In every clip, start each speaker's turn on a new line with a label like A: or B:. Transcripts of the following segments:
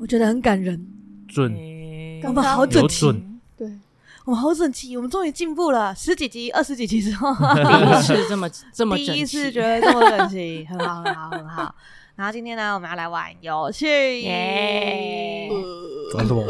A: 我觉得很感人。
B: 准
C: 嗯
A: 干嘛好
B: 整齐有准
A: 对，我们好整齐，我们终于进步了，十几集、二十几集之后，
C: 第一次这么这么
A: 第
C: 整
A: 一次
C: 齐
A: 觉得这么整齐，很好，很好，很好。然后今天呢，我们要来玩游戏，
C: 耶
B: 玩什么？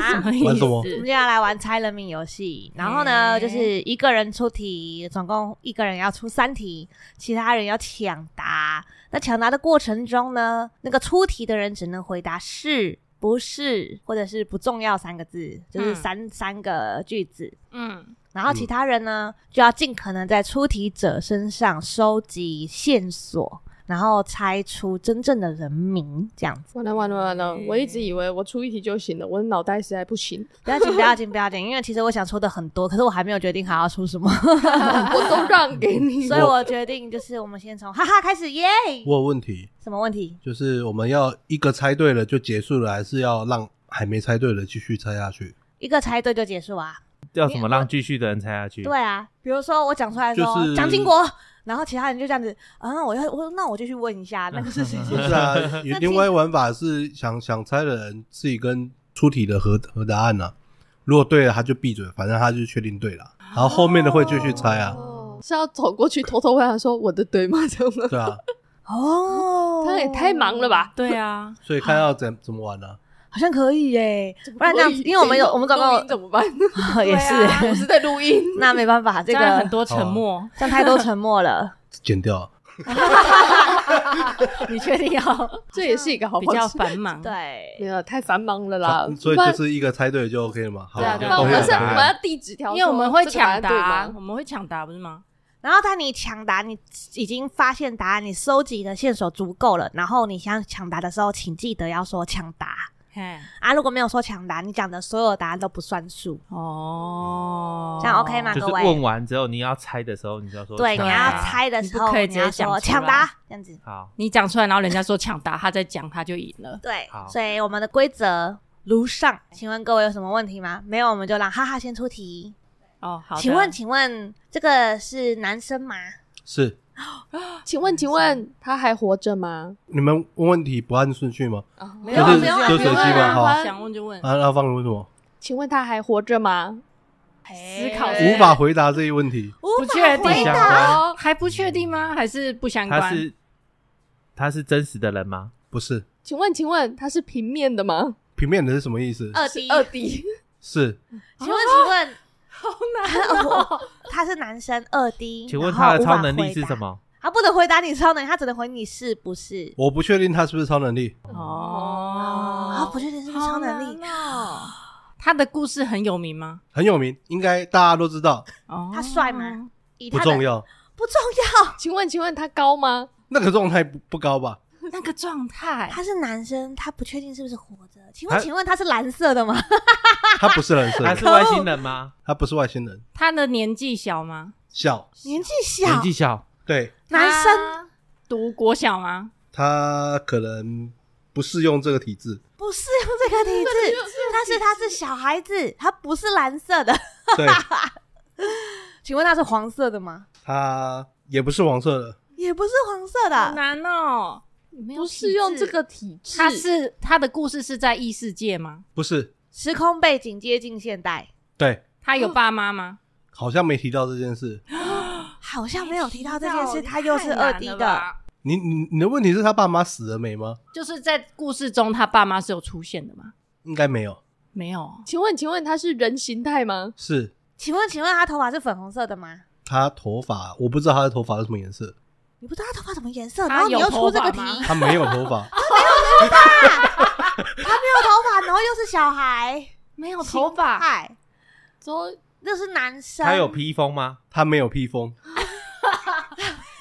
A: 啊
C: 什么意思
B: 玩什么
A: 我们接下来玩猜人名游戏，然后呢，就是一个人出题，总共一个人要出三题，其他人要抢答。那抢答的过程中呢，那个出题的人只能回答是、不是或者是不重要三个字，就是
C: 嗯
A: 三、三个句子。
C: 嗯，
A: 然后其他人呢，就要尽可能在出题者身上收集线索，然后猜出真正的人名，这样子。
D: 完了完了完了！
A: 嗯
D: 我一直以为我出一题就行了，我的脑袋实在不行。
A: 不要紧，不要紧，不要紧，因为其实我想出的很多，可是我还没有决定好要出什么。
D: 我都让给你
A: 所以我决定就是我们先从哈哈开始耶。
B: 我有问题，
A: 什么问题？
B: 就是我们要一个猜对了就结束了，还是要让还没猜对的继续猜下 去？
A: 一个猜对就结束啊？
E: 要怎么让继续的人猜下去？
A: 对啊，比如说我讲出来说
B: 就是
A: 蒋经国，然后其他人就这样子，啊，我要我那我就去问 一下那个是谁
B: 不
A: 谁
B: 是
A: 谁。
B: 啊，有另外一玩法是想想猜的人自己跟出题的和和答案呢、啊。如果对了，他就闭嘴，反正他就确定对了。然后后面的会继续猜啊，
D: 是要走过去偷偷问他说：“我的对吗？”这样吗？
B: 对啊，
A: 哦，
D: 他也太忙了吧？
C: 对 啊，
B: 所以看要怎怎么玩呢、啊？
A: 好像可以耶。不然这样子，因为我们有啊我们总
D: 录音
A: 共
D: 怎么办？
A: 有 也是，
D: 我
B: 啊
D: 是在录音。
A: 那没办法，这
C: 这个
A: 个
C: 很多沉默，
A: 像太多沉默了。
B: 剪掉，啊
A: 你确定要？
D: 这也是一个好
B: 啊
C: 比
D: 方
C: 较
D: 式
C: 繁忙。
D: 没
A: 对，
D: 有太繁忙了啦。
B: 所以
D: 不然
B: 就是一个猜对就 OK 了嘛。好
C: 对啊
B: 吧，
C: 对
D: 不
C: 啊
D: 然我
B: 都会
D: 们
B: 有
D: 要是
B: 答
D: 我们
B: 案。
D: 要递纸条
C: 因
D: 啊说，
C: 为我们会
D: 这个答
C: 抢
D: 案对吗
C: 答，我们会抢答，不是吗？
A: 然后当你抢答，你已经发现答案，你收集的线索足够了，然后你想抢答的时候，请记得要说抢答
C: 嘿，
A: 啊！如果没有说抢答，你讲的所有答案都不算数。
C: 哦，
A: 这样 OK 吗
E: 就是
A: 各位
E: 问完之后，你要猜的时候，你就要说
A: 对，
E: 抢
A: 你
E: 答
A: 要猜的时候，
C: 你不可以
A: 你
C: 直
A: 要
C: 接讲
A: 说
C: 出来
A: 抢答这样子。
E: 好，
C: 你讲出来，然后人家说抢答，他再讲他就赢了。
A: 对
E: 好，
A: 所以我们的规则如上。请问各位有什么问题吗？没有，我们就让哈哈先出题。
C: 哦，好的，
A: 请问，请问这个是男生吗？
B: 是
D: 请问，请问他还活着吗？
B: 你们问问题不按顺序吗？
C: 没
B: 有
C: 有
B: 啊就是
C: 没
B: 没有
C: 有
B: 啊就随机嘛没有啊好啊
C: 想问就
A: 嗯
C: 问，
B: 啊，那放为什么
D: 请问他还活着吗？
C: 思考
A: 呃
B: 无法回答这一问题？
C: 不确
E: 不
C: 定
E: 相关，
B: 啊
C: 哦，还不确定吗？还是不相
E: 他
C: 关？
E: 是他是真实的人吗？
B: 不是
D: 请问，请问他是平面的吗？
B: 平面的是什么意思？
A: 二 D，
D: 二 D
B: 是
A: 请问，请
C: 哦
A: 问
D: 好 难哦。
A: 他是男生二 D，
E: 请问
A: 然
E: 他
A: 后
E: 的
A: 无法
E: 超能力
A: 回
E: 是
A: 答
E: 什？么？
A: 他不能回答你超能力，他只能回你是不是。
B: 我不确定他是不是超能力。
A: 啊、
C: 哦，
A: 不确定是不是超能力，
C: 哦。他的故事很有名吗？
B: 很有名，应该大家都知道，
C: 哦，
A: 他帅吗？以
B: 不
A: 他的
B: 重，要。
A: 不重要。
D: 请问，请问他高吗？
B: 那个状态不不高吧？
C: 那个状态，
A: 他是男生，他不确定是不是活着。请
E: 他
A: 问，请问他是蓝色 的吗？
B: 他不是人设
E: 他，是外星人吗？
B: 他不是外星人。
C: 他的年纪小吗？
B: 笑，
A: 年纪
E: 年
A: 小，
E: 纪小，
B: 对
A: 男生
C: 他读国小吗？
B: 他可能不适用这个体制。
A: 不适用这个 体质，但是他是小孩子，他不是蓝色的。
B: 对
A: 请问他是黄色的吗？
B: 他也不是黄色的，
A: 也不是黄色
C: 好
A: 的，
C: 难哦。
D: 不适用这个体制，
C: 他是他的故事是在异世界吗？
B: 不是。
A: 时空背景接近现代，
B: 对，
C: 他有爸妈吗？
B: 好像没提到这件事。
A: 好像没有提到这件事，
C: 哦哎没提到
A: 他又是二 D
C: 太难了
A: 的，
C: 吧
B: 你你你的问题是他爸妈死了没吗？
C: 就是在故事中他爸妈是有出现的吗？
B: 应该没有，
C: 没有，
D: 请问，请问他是人形态吗？
B: 是
A: 请问，请问他头发是粉红色的吗？
B: 他头发，我不知道他的头发是什么颜色，
A: 你不知道他头发什么颜色，
C: 他
A: 然后你
C: 有
A: 又出这个
C: 头
A: 题，
C: 发吗
B: 他没有头 发，
A: 他没有头发，然后又是小孩，
C: 没有头发，
A: 嗨，
D: 说
A: 又是男生，
E: 他有披风吗？
B: 他没有披风，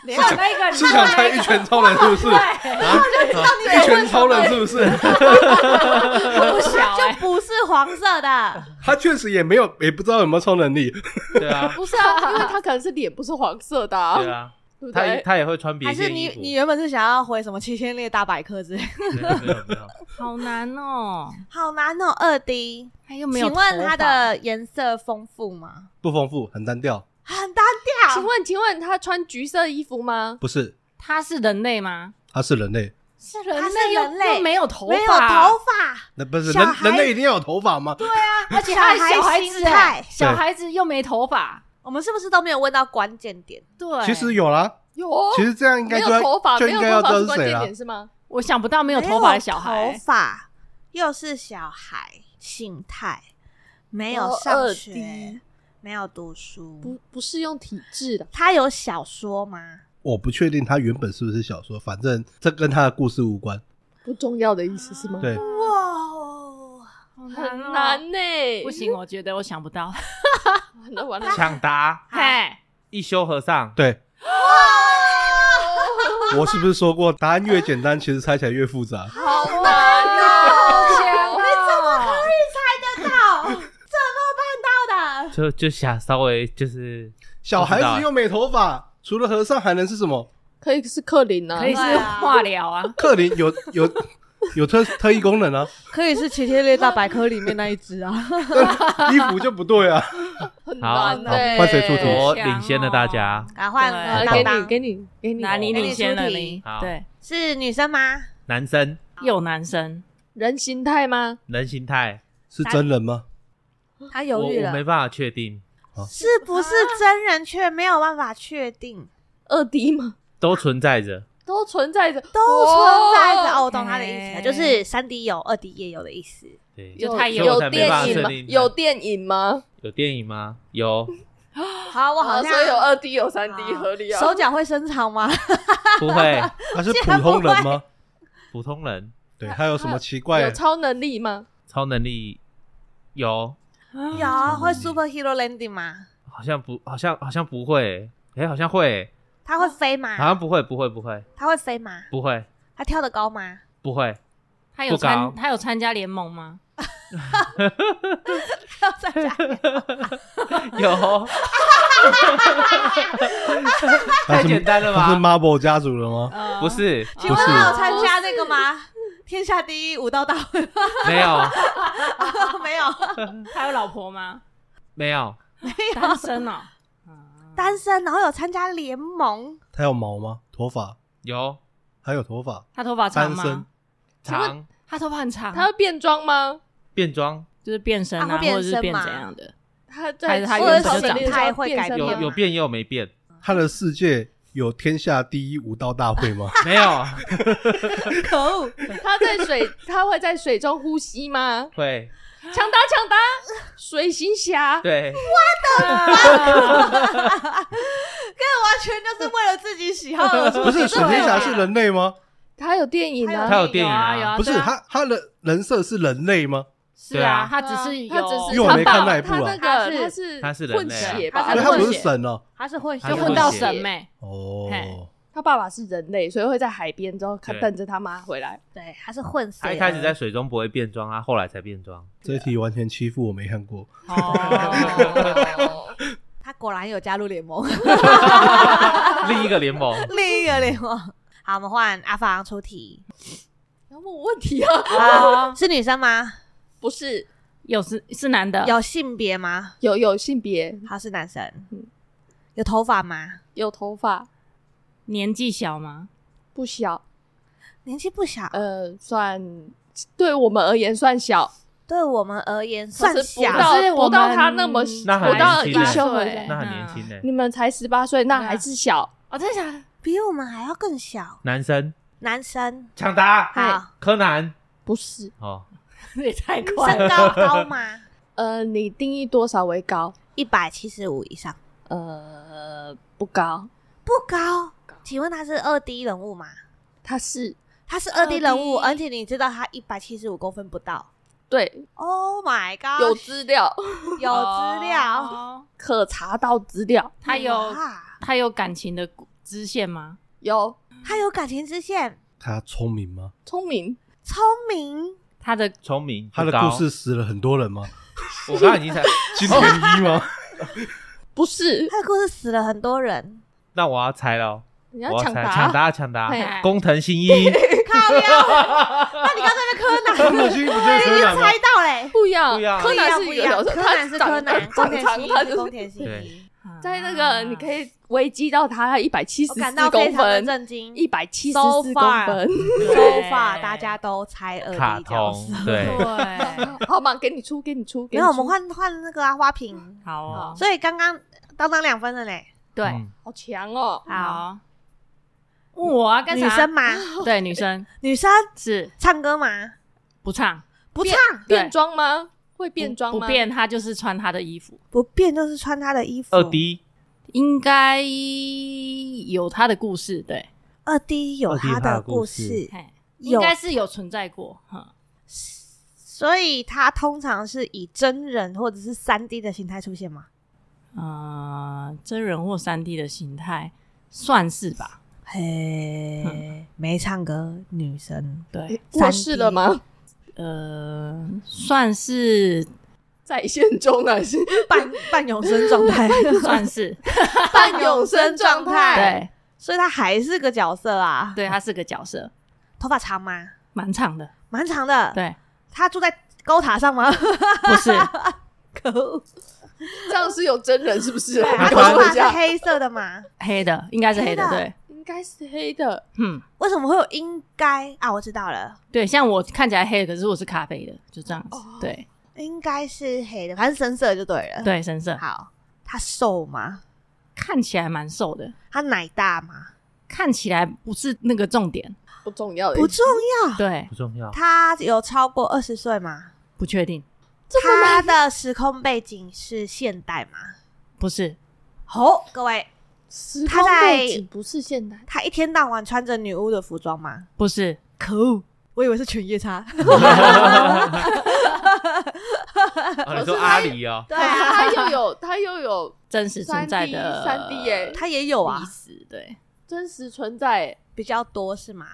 C: 连那个
B: 是想猜一拳超人是不是？ 啊，
D: 哎
B: 一拳超
E: 啊
B: 人是不是？
C: 不小
A: 就
C: 哎，
A: 不是黄色的，
B: 他确实也没有，也不知道有没有超能力。
E: 对啊，
D: 不是啊，因为他可能是脸不是黄色的、啊，
E: 对啊，
D: 对不
E: 他也
D: 对？
E: 他也会 穿别
A: 还是
E: 件
A: 你
E: 衣服。
A: 你原本是想要回什么七千列大百科之类的？
E: 没有没有没有，
C: 好难哦。
A: 好难哦，二 D。
C: 他又没有
A: 请
C: 头发，
A: 问它的颜色丰富吗？
B: 不丰富，很单调，
A: 很单调。
D: 请问，请问他穿橘色衣服吗？
B: 不是，
C: 他是人类吗？
B: 他是人类，
C: 是人
A: 他是
C: 又
A: 人类
C: 又没有头发，
A: 没有头发，
B: 那不是
A: 小
B: 人
A: 孩
B: 人类一定要有头发吗？对，
C: 而且他是小孩
A: 心
C: 子
A: 态
C: 哎，。小孩子又没头发，
A: 我们是不是都没有问到关键点？
C: 对，
B: 其实有啦，
D: 有，
B: 其实这样应该
D: 哦没
B: 就
D: 有
B: 要
D: 头发，
B: 就
D: 没
B: 应
D: 有
B: 该要
D: 头
B: 知
D: 发
B: 道
D: 是
B: 是
D: 关
B: 谁
D: 键
B: 啦。
D: 点是吗？
C: 我想不到没
A: 没
C: 有头发的小孩，
A: 头发又是小孩，心态没有
D: 哦
A: 上
D: 二
A: 学
D: D，
A: 没有读书
D: 不。，不适用体质的。
A: 他有小说吗？
B: 我不确定他原本是不是小说，反正这跟他的故事无关。
D: 不重要的意思是吗？
B: 对，
A: 哇，
C: 好
D: 很
C: 哦
D: 难欸呢、
C: 不行，我觉得我想不到。哎
D: 完了完了，
E: 抢答
C: 嘿，
E: 一休和尚，
B: 对，我是不是说过，答案越简单，其实猜起来越复杂？
D: 好难哦、
C: 你怎么
A: 猜得到，怎么办到的？
E: 就就想稍微就是
B: 小孩
E: 不知道
B: 子又没头发，除了和尚还能是什么？
D: 可以是克林啊，
C: 可以是化 疗啊？
B: 克林有有有特特异功能啊，
A: 可以是《奇天烈大百科》里面那一只啊。
B: 但衣服就不对 啊。
D: 很
E: 好
D: 难呢、欸。
B: 好换谁出题
E: 我领先了大家。
A: 啊，换
C: 对
A: 了当
D: 来给你，
A: 当，
D: 给你，给你，
C: 哪里
A: 给
C: 领先了
A: 出题
C: 你？
E: 好
C: 对，
A: 是女生吗？
E: 男生
C: 又男生，
D: 人形态吗？
E: 人形态，
B: 是真人吗？
A: 她
E: 我
A: 犹豫
E: 我
A: 了
E: 没，办法确定，
A: 是不是真人却没有办法确定，
D: 二 D 吗？
E: 都存在着。
D: 都存在着，
A: 都存在着。哦，我懂
C: 哎
A: 她的意思了，就是三 D 有，二 D 也有的意思。
E: 对，
C: 有
D: 有
C: 太
E: 所以我才没办
D: 电
E: 法
D: 影
E: 确
D: 吗
E: 定？
D: 有电影吗？
E: 有电影吗？ 有，
A: 好，我好
D: 啊
A: 像
D: 所以有二 D 有三 D
A: 好
D: 合理啊。
A: 手脚会伸长吗？
E: 不会，
B: 他是普通人吗？
E: 普通人
B: 对，他有什么奇
D: 有
B: 怪？
D: 超能力吗？
E: 超能力有，
A: 有会 Super Hero Landing 吗？
E: 好像不，好像好像不会，哎，好像会，
A: 她会飞
E: 好
A: 吗？
E: 像啊不会，不会，不会，
A: 她会飞吗？
E: 不会，
A: 她跳得高 吗？
E: 不会，
C: 他有
E: 不高
C: 参他有参加联盟吗？
B: 他
E: 有，太
B: 是
E: 简单了
B: 他是
E: 吧？
B: Marble 家族的
A: 啊
B: 吗？
E: 不是，
A: 请问她有参加那个吗？ 天下第一武 道大会
E: 没有，
A: 没有？
C: 嗯他有老婆吗？
E: 没有，
C: 单身哦，
A: 单身，然后有参加联盟，
B: 他有毛吗？头发？
E: 有
B: 还有头发？
C: 他头发长
B: 单身
C: 吗？？
D: 请问
E: 长
C: 他头发很长，
D: 他会变装吗？
E: 变装
C: 就是变身
A: 他会
C: 啊，或
A: 变
C: 者是
A: 身
C: 变
A: 嘛
C: 怎 样的？
D: 他
C: 还
D: 在
C: 是他
D: 所
C: 原
D: 有
C: 本就
D: 超能
C: 长
D: 力的时
A: 态
D: 候
A: 会
D: 变
A: 改
D: 身
A: 变
D: 吗
E: 有有变也有没变，
B: 他的世界有天下第一武道大会 吗？
E: 没有，
A: 可恶！
D: 他在水，他会在水中呼吸吗？
E: 会，
D: 抢答抢答，水行侠，
E: 对，
A: 完全就是为了自己喜好而出。
B: 不是水行侠是人类吗？
D: 他有电影
A: 他
D: 啊，
E: 他有电影
C: 啊，有
E: 啊，
C: 啊，
B: 不是
C: 对啊，
B: 他他的人设是人类吗？
C: 是
E: 对啊
C: 啊，他只是
D: 他只
C: 有，
B: 因
D: 是
B: 为我没看那一部啊
D: 他那个
A: 他
D: 他是
E: 他是人
D: 混
E: 类啊
D: 血
C: 他
D: 吧？
B: 所以
C: 他
B: 他不是
D: 混血，
B: 神哦。
A: 他是混血
E: 他
C: 就是混到
E: 血
C: 神欸妹，
B: 哦
C: 嘿，
D: 他爸爸是人类，所以会在海边之后看
E: 对
D: 等着他妈回来。
A: 对，他是混血。
E: 他一开始在水中不会变装，啊他后来才变装。
B: 这一题完全欺负我没看过。
C: 哦，
A: 他果然有加入联盟，
E: 另一个 联盟，
A: 另一个联盟。好，我们换阿芳出题
D: 然后问我问题啊，
A: 啊，是女生吗？
D: 不是
C: 有是是 男的，
A: 有性别吗？
D: 有有性别，
A: 他是男生，有头发吗？
D: 有头发，
C: 年纪小吗？
D: 不小，
A: 年纪不小，
D: 呃，算对我们而言算小，
A: 对我们而言
D: 可
A: 算
D: 是不
A: 小，
D: 到
C: 可是我
D: 不到
C: 们
D: 他那么，
E: 那还
D: 不到
E: 年
D: 一
E: 轻呢
D: 休回
C: 对
D: 家
E: 那很年轻呢、
D: 你们才十八岁，那还是小。
C: 哦，真的假的？
A: 比我们还要更小。
E: 男生
A: 男生
E: 抢答，
A: 好，
E: 柯南
D: 不是，
E: 哦，
C: 也太快
A: 身
C: 了。
A: 高高吗？
D: 呃，你定义多少为高？
A: 一百七十五以上
D: 呃，不高，
A: 不高。请问他是二 D 人物吗？
D: 他是
A: 他是二 D 人物，
C: 2D
A: 而且你知道他一百七十五公分不到。
D: 对
A: Oh my god！
D: 有资料，
A: 有资料，
C: 哦，
D: 可查到资料，
C: 他有
A: 哇
C: 他有感情的支线吗？
D: 有
A: 他有感情支线，
B: 他聪明吗？
D: 聪明，
A: 聪明，
C: 他的
E: 聪明，
B: 他的
E: 不高
B: 故事，死了很多人吗？
E: 我刚刚已经猜，
B: 金田一吗？
D: 不是，
A: 他的故事死了很多 人。
E: 那我要猜了哦，
D: 你
E: 我
D: 要
E: 要
D: 抢
E: 猜
D: 答，
E: 抢答，抢答，
D: 嘿
E: 工藤 新一，
A: 靠腰，那你刚才那 柯南，
B: 宫本新一不就是柯南吗
A: 猜到嘞。
D: 不一样
E: 不一样
D: 柯南是
A: 不一
D: 一个
A: 样不一
D: 角色，
A: 样柯南是柯南，
D: 他
A: 宫
D: 长
A: 田
D: 长
A: 新
D: 他
A: 一
D: 就是
A: 宫
D: 是
A: 田新一
E: 对。
C: 啊
D: 在那个你可
C: 以
D: 以危机到他一百七十
A: 啊我
D: 四
A: 感到非
D: 公
A: 常的
D: 分，
A: 震惊。
D: 一百七十
A: So
D: 四公
A: far
D: 分，
A: 说法大家都猜二
E: 卡
A: D 角
E: 通
A: 色，，
E: 对，
C: 对，
D: 好嘛，给你出，给你出，给
A: 没
D: 你
A: 有
D: 出
A: 我们换换那个啊花瓶，
C: 好哦，
A: 所以刚刚当当两分了嘞。
C: 对，
E: 嗯
D: 好强哦，
C: 好。我啊，干啥？
A: 女生嘛，
C: 对女生
A: 女生
C: 是
A: 唱歌嘛，
C: 不唱
A: 不唱
C: 对
D: 变装吗？会变装
C: 不
D: 吗？
C: 变，她就是穿她的衣服，
A: 不变就是穿她的衣服。
E: 二 D
C: 应该有她的故事，对，
A: 二 D 有她的故
B: 二 D
A: 事，
C: 嘿应
A: 有，
C: 该是有存在过，哈，
A: 所以她通常是以真人或者是三 D 的形态出现嘛。
C: 呃，真人或三 D 的形态算是吧，
A: 嘿，没唱歌女生
C: 对，
D: 过世了吗？
C: 呃，算是
D: 在线中还是
A: 半半永生状 态，
C: 算是，
D: 半永生状态？
C: 对
A: 所以她还是个角色啊。，
C: 对，她是个角色，
A: 头发长吗？
C: 蛮长的，
A: 蛮长的。，
C: 对，
A: 她住在高塔上吗？
C: 不是，
A: 可恶，
D: 这样是有真人是不是？
A: 她
D: 你
A: 头
D: 告诉我
A: 发
D: 一
A: 是
D: 下，
A: 黑色的吗？
C: 黑的，应该是黑的，
A: 黑的
C: 对，
D: 应该是黑的，
C: 嗯，
A: 为什么会有应该啊？我知道了，
C: 对，像我看起来黑的，可是我是咖啡的，就这样子
D: 哦，
C: 对
A: 应该是黑的，反正深色就对了。，
C: 对，深色，
A: 好，她瘦吗？
C: 看起来蛮瘦的，
A: 她奶大吗？
C: 看起来不是那个重点，
D: 不重要的，
A: 不重要。
C: 对，
E: 不重 要，哦
A: 她有超过二十岁吗？
C: 不确定，
A: 她的时空背景是现代吗？
C: 不是，
A: 哦，各位，
D: 时
A: 他
D: 空
A: 在
D: 背景不是现代，
A: 她一天到晚穿着女巫的服装吗？
C: 不是，
A: 可恶，我以为是犬夜 叉。
E: 哦你说阿里哦，
A: 对啊，
D: 他又有他又有
C: 真实存在的
D: 3D 3D 耶
A: 她也有啊
C: 历，史，对，
D: 真实存在，
A: 比较多是吗？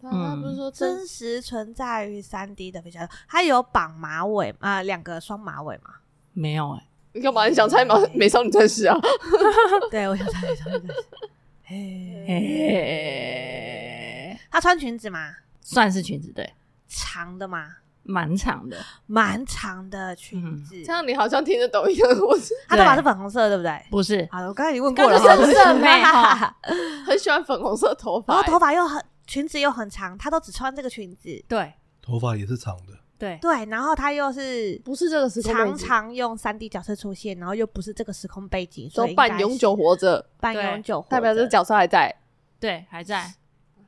D: 他
C: 嗯
D: 他不是说真
A: 真实存在于三 D 的比较多，她有绑马尾啊，两、个双马尾 嘛。
C: 没有哎，
D: 你干嘛？你想猜美 美少女战士啊？
A: 对，我想猜，我想 猜。嘿，
C: 嘿
A: 她穿裙子吗？
C: 算是裙子，对，
A: 长的吗？
C: 蛮长的，
A: 蛮长的裙子。
D: 这样你好像听得懂一样，我是
A: 她头发是粉红色的，对不对？
C: 不是，
A: 好了，我刚才已经问过了。
D: 感觉是
A: 哈
D: 很美
A: 哈哈
D: 很喜欢粉红色头
A: 然
D: 发
A: 后
D: 欸，
A: 头发又很，裙子又很长，她都只穿这个裙子。
C: 对
B: 头发也是长的，
C: 对，
A: 对，然后她又是
D: 不是这个时空背
A: 常
D: 景
A: 常用三 D 角色出现，然后又不是这个时空背景，所
D: 都
A: 以应该
D: 半永久活着，
A: 是半
C: 对
A: 永久活着，
D: 代表这个角色还在。
C: 对，还在，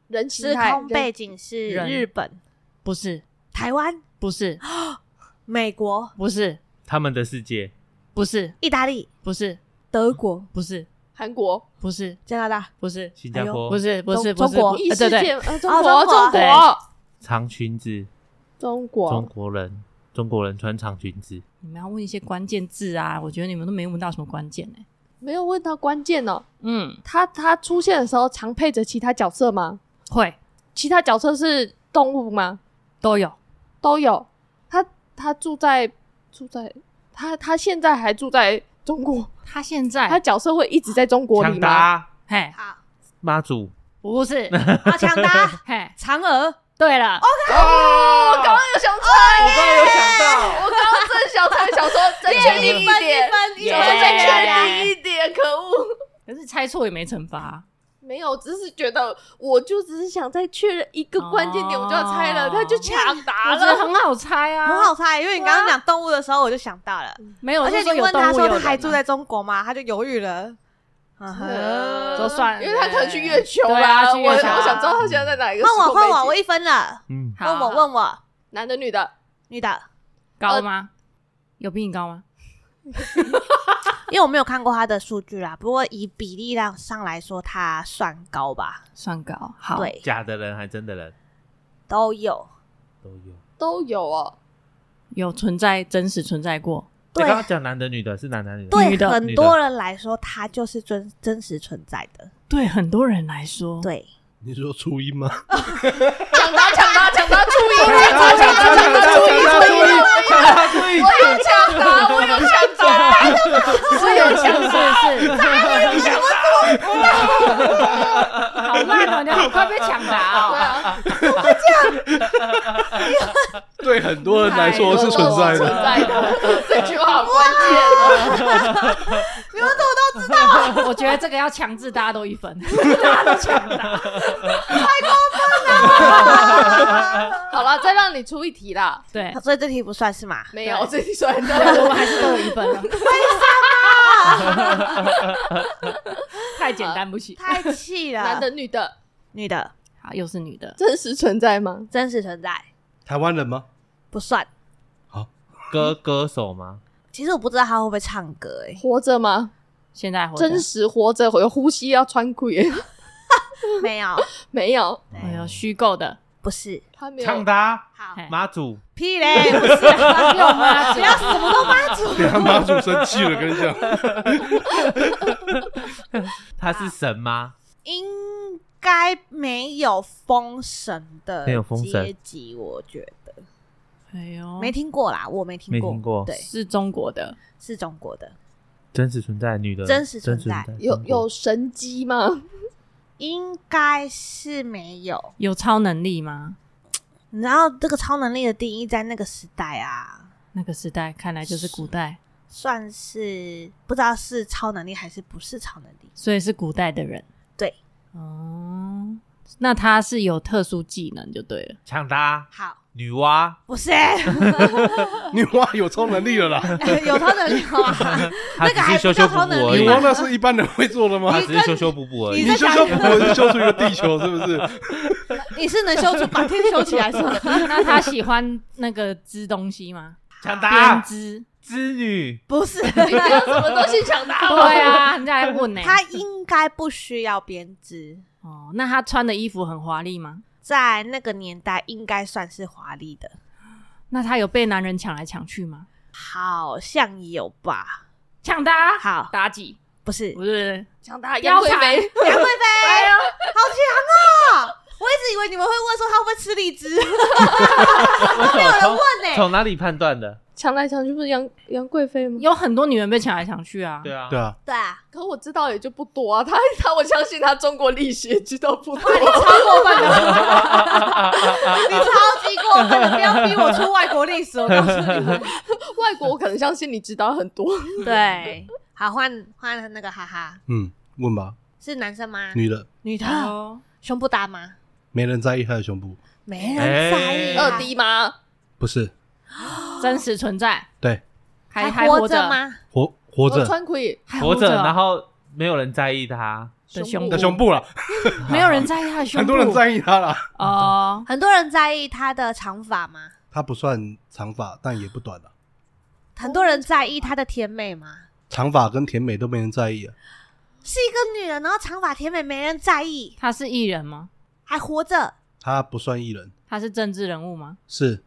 D: 人形
A: 时
D: 态
A: 空背景是
C: 人
A: 日本、
C: 不是，
A: 台湾、
C: 不是，
A: 美国、
C: 不是，
E: 他们的世界，
C: 不是，
A: 意大利、
C: 不是，
A: 德国、
C: 不是，
D: 韩国、
C: 不是，
A: 加拿大。
C: 不是，哎
E: 新加坡
C: 不是，不是，
A: 中
C: 不是，
A: 中国
C: 不
D: 异
C: 呃
D: 世
C: 对
D: 界，
C: 对，
D: 呃中
A: 哦
D: 国、
A: 中
D: 中
A: 国
D: 国、
E: 长裙子，
D: 中
E: 中
D: 国，
E: 国人，中国人穿长裙子，
C: 你们要问一些关键字啊，我觉得你们都没问到什么关键哎，
D: 没有问到关键哦。
C: 嗯，
D: 他他出现的时候常配着其他角色吗？
C: 会
D: 其他角色是动物吗？
C: 都有，
D: 都有。他他住在住在他他现在还住在中国，
C: 他现
D: 他
A: 哎
C: 在，
D: 角色会一直在中国
E: 抢
D: 里吗？
E: 答，
C: 嘿，
A: 好，
E: 妈祖，
C: 不是，
A: 好抢 答
C: 嘿，
A: 嫦娥。
C: 对了，
E: 哦，我刚
D: 有想到，
C: 哦
E: 刚有想到，
D: 我刚刚正想猜，想说再确定一点，
A: 分
C: 耶
D: 想说再确定一点，可恶！
C: 可是猜错也没惩罚啊，
D: 没有，只是觉得我就只是想再确认一个关键点，我就要猜了，
C: 哦
D: 他就抢答
C: 我觉得
D: 了。
C: 很好猜啊，
A: 很好猜，因为你刚刚讲动物的时候，我就想到了。
C: 没有，
A: 而且
C: 就说
A: 你
C: 有
A: 问
C: 动物
A: 他说
C: 有
A: 他
C: 人
A: 还住
C: 啊
A: 在中国吗？他就犹豫了。嗯哼
D: 呃
C: 就啊算了
D: 因为他可能去月球
C: 对啊
D: 啦。
C: 去
D: 我
C: 月
D: 我
C: 球啊
D: 想知道他现在在哪一个时
A: 换我
D: 空背
A: 换
D: 景。
A: 我，我一分了。
E: 嗯，
C: 好
A: 问我
C: 好
A: 问我，
D: 男的女的，
A: 女的，
C: 高吗？有比你高吗？
A: 因为我没有看过他的数据啦，不过以比例上上来说，他算高吧？
C: 算高，好，
A: 对，
E: 假的人还真的人
A: 都有。
E: 都有。
D: 都有哦。
C: 有存在真实存在过，
E: 你
A: 对
E: 刚刚讲男的女的是男男女的，
A: 对
C: 女的
A: 很
E: 女的
A: 多人来说，他就是真真实存在的。
C: 对很多人来说，
A: 对，
B: 你说初音吗？
D: 抢答抢答抢答，注意
E: 抢答
D: 抢答
E: 抢
D: 抢
E: 答
D: 答注意
E: 抢答
D: 注意，
E: 答注意，
D: 我有抢答，我有抢答，我有抢答。
C: 是是，好慢哦，你好快被抢答
D: 对
C: 哦。
D: 啊，
B: 对很多人来说是存在
D: 哎存
B: 的。
D: 在的，这句话好关键哦。
C: 我觉得这个要强制大家都一分，大家都抢答。
D: 好了，再让你出一题啦。
C: 对，
A: 所以这题不算是吗？
D: 没有，这题算
C: 我
D: 的。
C: 们还是都有一分啊了。 太简单不行。
A: 太气 了。
D: 男的女的，
A: 女的，
C: 好，又是女的，
D: 真实存在吗？
A: 真实存在
B: 台湾人吗？
A: 不算。
E: 歌歌手吗？
A: 其实我不知道他会不会唱歌、欸，
D: 活着吗？
C: 现在活着
D: 真。实活着，有呼吸要穿裤耶？
A: 没 有，
D: 没有，
C: 哎呦，虚构的，哎
A: 不是。
D: 他没有。
E: 唱答
A: 好
C: 嘿
E: 妈祖，
A: 屁 嘞，不是啊，
C: 又妈 祖
A: 不要什么都妈 祖。
B: 对他妈祖生气了，跟你讲，
E: 他是神吗？
A: 应该没有封神的
E: 没有封神
A: 阶级，我觉得
C: 哎呦，
A: 没听过啦，我没听过，
E: 没听过
A: 对，
C: 是中国的，
A: 是中国的，
E: 真实存在女的，
A: 真实存在
E: 真实
D: 有有神机吗？
A: 应该是没有。
C: 有超能力吗？
A: 你知道这个超能力的定义在那个时代啊，
C: 那个时代看来就是古代，
A: 算是不知道是超能力还是不是超能力。
C: 所以是古代的人。
A: 对，
C: 哦，那他是有特殊技能就对 了。
E: 抢答
A: 好，
E: 女娲，
A: 不是
B: 你哇有超能力了啦！
A: 有超能力吗？
E: 她
A: 那个
E: 只
A: 还
E: 是
A: 不
E: 修
A: 叫
E: 修补
A: 超能
E: 补而
A: 力
B: 你
E: 已，
B: 忘那是一般人会做的吗
E: 她？只是修修补补而
A: 你
E: 已
B: 你
A: 在。
B: 修修补补就修出一个地球，是 不是？
A: 你是能修出把天修起来是吗？
C: 那他喜欢那个织东西吗？
E: 抢
A: 啊
C: 编
E: 答
C: 织？
E: 织女，
A: 不 是，
D: 你还有什么东西抢答 我？
C: 对啊，人家还问呢。
A: 他应该不需要编织，
C: 哦，那他穿的衣服很华丽吗？
A: 在那个年代应该算是华丽的，
C: 那他有被男人抢来抢去吗？
A: 好像有吧？
C: 抢答，
A: 好
C: 妲己
A: 不是，
C: 不是哎
D: 抢答杨
C: 貂
D: 贵妃
C: 蝉，
A: 杨 贵妃，好强哦！我一直以为你们会问说他会不会吃荔 枝，
E: 没
A: 没有人问呢、
E: 从哪里判断的？
D: 抢来抢去不是杨杨贵妃吗？
C: 有很多女人被抢来抢去啊。
E: 对啊，
B: 对啊，
A: 对啊，
D: 可我知道也就不多啊。他 他，我相信他中国历史知道不多。
A: 超过分 的，你超级过分的，不要逼我出外国历史，我告诉 你们。
D: 外国我可能相信你知道很多。
A: 对，好换换那个哈哈，
B: 嗯，问吧，
A: 是男生吗？
B: 女的
A: 女的，
C: 哦，
A: 胸部大吗？
B: 没人在意她的胸部，
A: 没人在意、
E: 哎
A: 啊。
D: 二 D 吗？
B: 不是？
C: 真实存在，
B: 对，
C: 还
A: 哦还
C: 活
A: 着？吗？
B: 活活
D: 我
B: 着
D: 穿可以
C: 还
E: 活着，
C: 哦
E: 然后没有人在意她，
C: 的
D: 胸
C: 胸
B: 的胸部啦，
C: 没有人在意他的胸部，
B: 很多人在意她啦。
C: 哦。
A: 很多人在意她的长发吗？
B: 她不算长发，但也不短了。
A: 很多人在意她的甜美吗？
B: 长发跟甜美都没人在意啊，
A: 是一个女人，然后长发甜美没人在意，
C: 他是艺人吗？
A: 还活着，
B: 她不算艺人，
C: 他是政治人物吗？
B: 是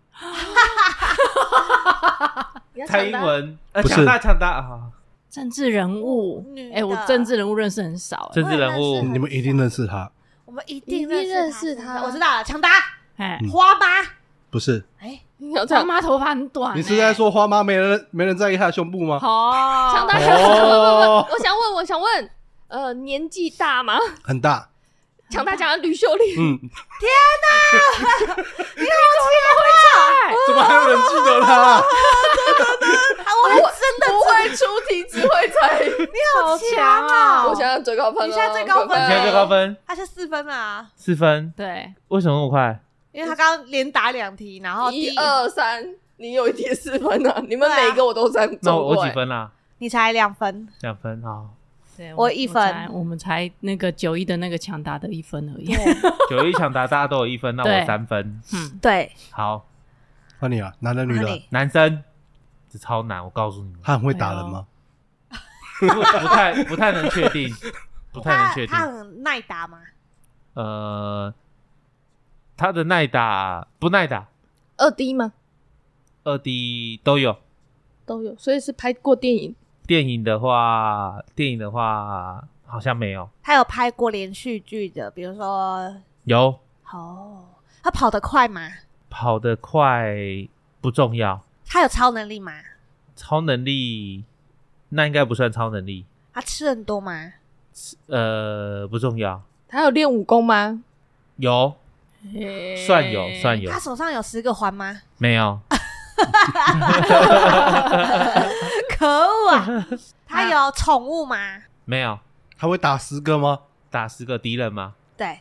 D: 你要
E: 蔡
D: 抢
E: 英
D: 答
E: 文，呃，
B: 不是
E: 抢答抢答啊，
C: 政治人物
A: 女，的
C: 哎，我政治人物认识很少，哎
E: 政治
A: 我也
E: 人
A: 认
E: 物
A: 识，
B: 你们一定认识她，
A: 我们一定
D: 一定认
A: 识
D: 识
A: 她。
D: 她
A: 我知道了，强达
C: 哎，
B: 嗯
A: 花妈，
B: 不是？
A: 哎，
D: 你要
C: 他
D: 抢
C: 妈头发很短，
B: 你
C: 哎
B: 是在说花妈没人没人在意她的胸部吗？
C: 哦，
D: 抢答？
B: 哦
D: 我想问，我想问，呃，年纪大 吗？
B: 很大，
D: 抢答抢答吕秀 莲，
B: 嗯，天 哪，你好强啊！怎么还有人记得她？
A: 啊，我
D: 不会出题，只会猜。
A: 好强啊！
D: 我现在最高分了，
A: 你现在最高分
D: 快
E: 你
D: 快
E: 现在最高分
A: 他是呃四分啊，
E: 四分，
C: 对，
E: 为什么那么快？
A: 因为他刚刚连打两题，然后第
D: 一二三，你有一题四分啊！你们每一个我都三
E: 那
D: 中
E: 我
D: 过、
E: 我
D: 欸
E: 几分啦？
A: 你才两分，
E: 两分好，
C: 对
A: 我一分
C: 才我们才那个九一的那个强打的一分而已。
E: 九一抢答大家都有一分，那我
C: 对
E: 三分。
C: 嗯，
A: 对，
E: 好，
B: 换你啊，男的女
A: 哪
B: 的，
A: 里？
E: 男生这超难，我告 诉你们，
B: 他很会打人吗？
E: 不不太不太能确定，不太能
A: 他
E: 确定
A: 他。很耐打吗？
E: 呃，他的耐打不耐打，
D: 二 D 吗？
E: 二 D 都有。
D: 都有，所以是拍过电影。
E: 电影的话，电影的话好像没有，
A: 他有拍过连续剧的，比如说
E: 有
A: 哦，他跑得快吗？
E: 跑得快不重要，
A: 他有超能力吗？
E: 超能力那应该不算超能力，
A: 他吃很多吗？
E: 呃，不重要，
D: 他有练武功吗？
E: 有算有算
C: 有。
E: 有
A: 他，手上有十个环吗？
E: 没有
A: 可恶啊！ 他有宠物吗？
E: 没有
B: 他会打十个吗？
E: 打十个敌人吗？
A: 对，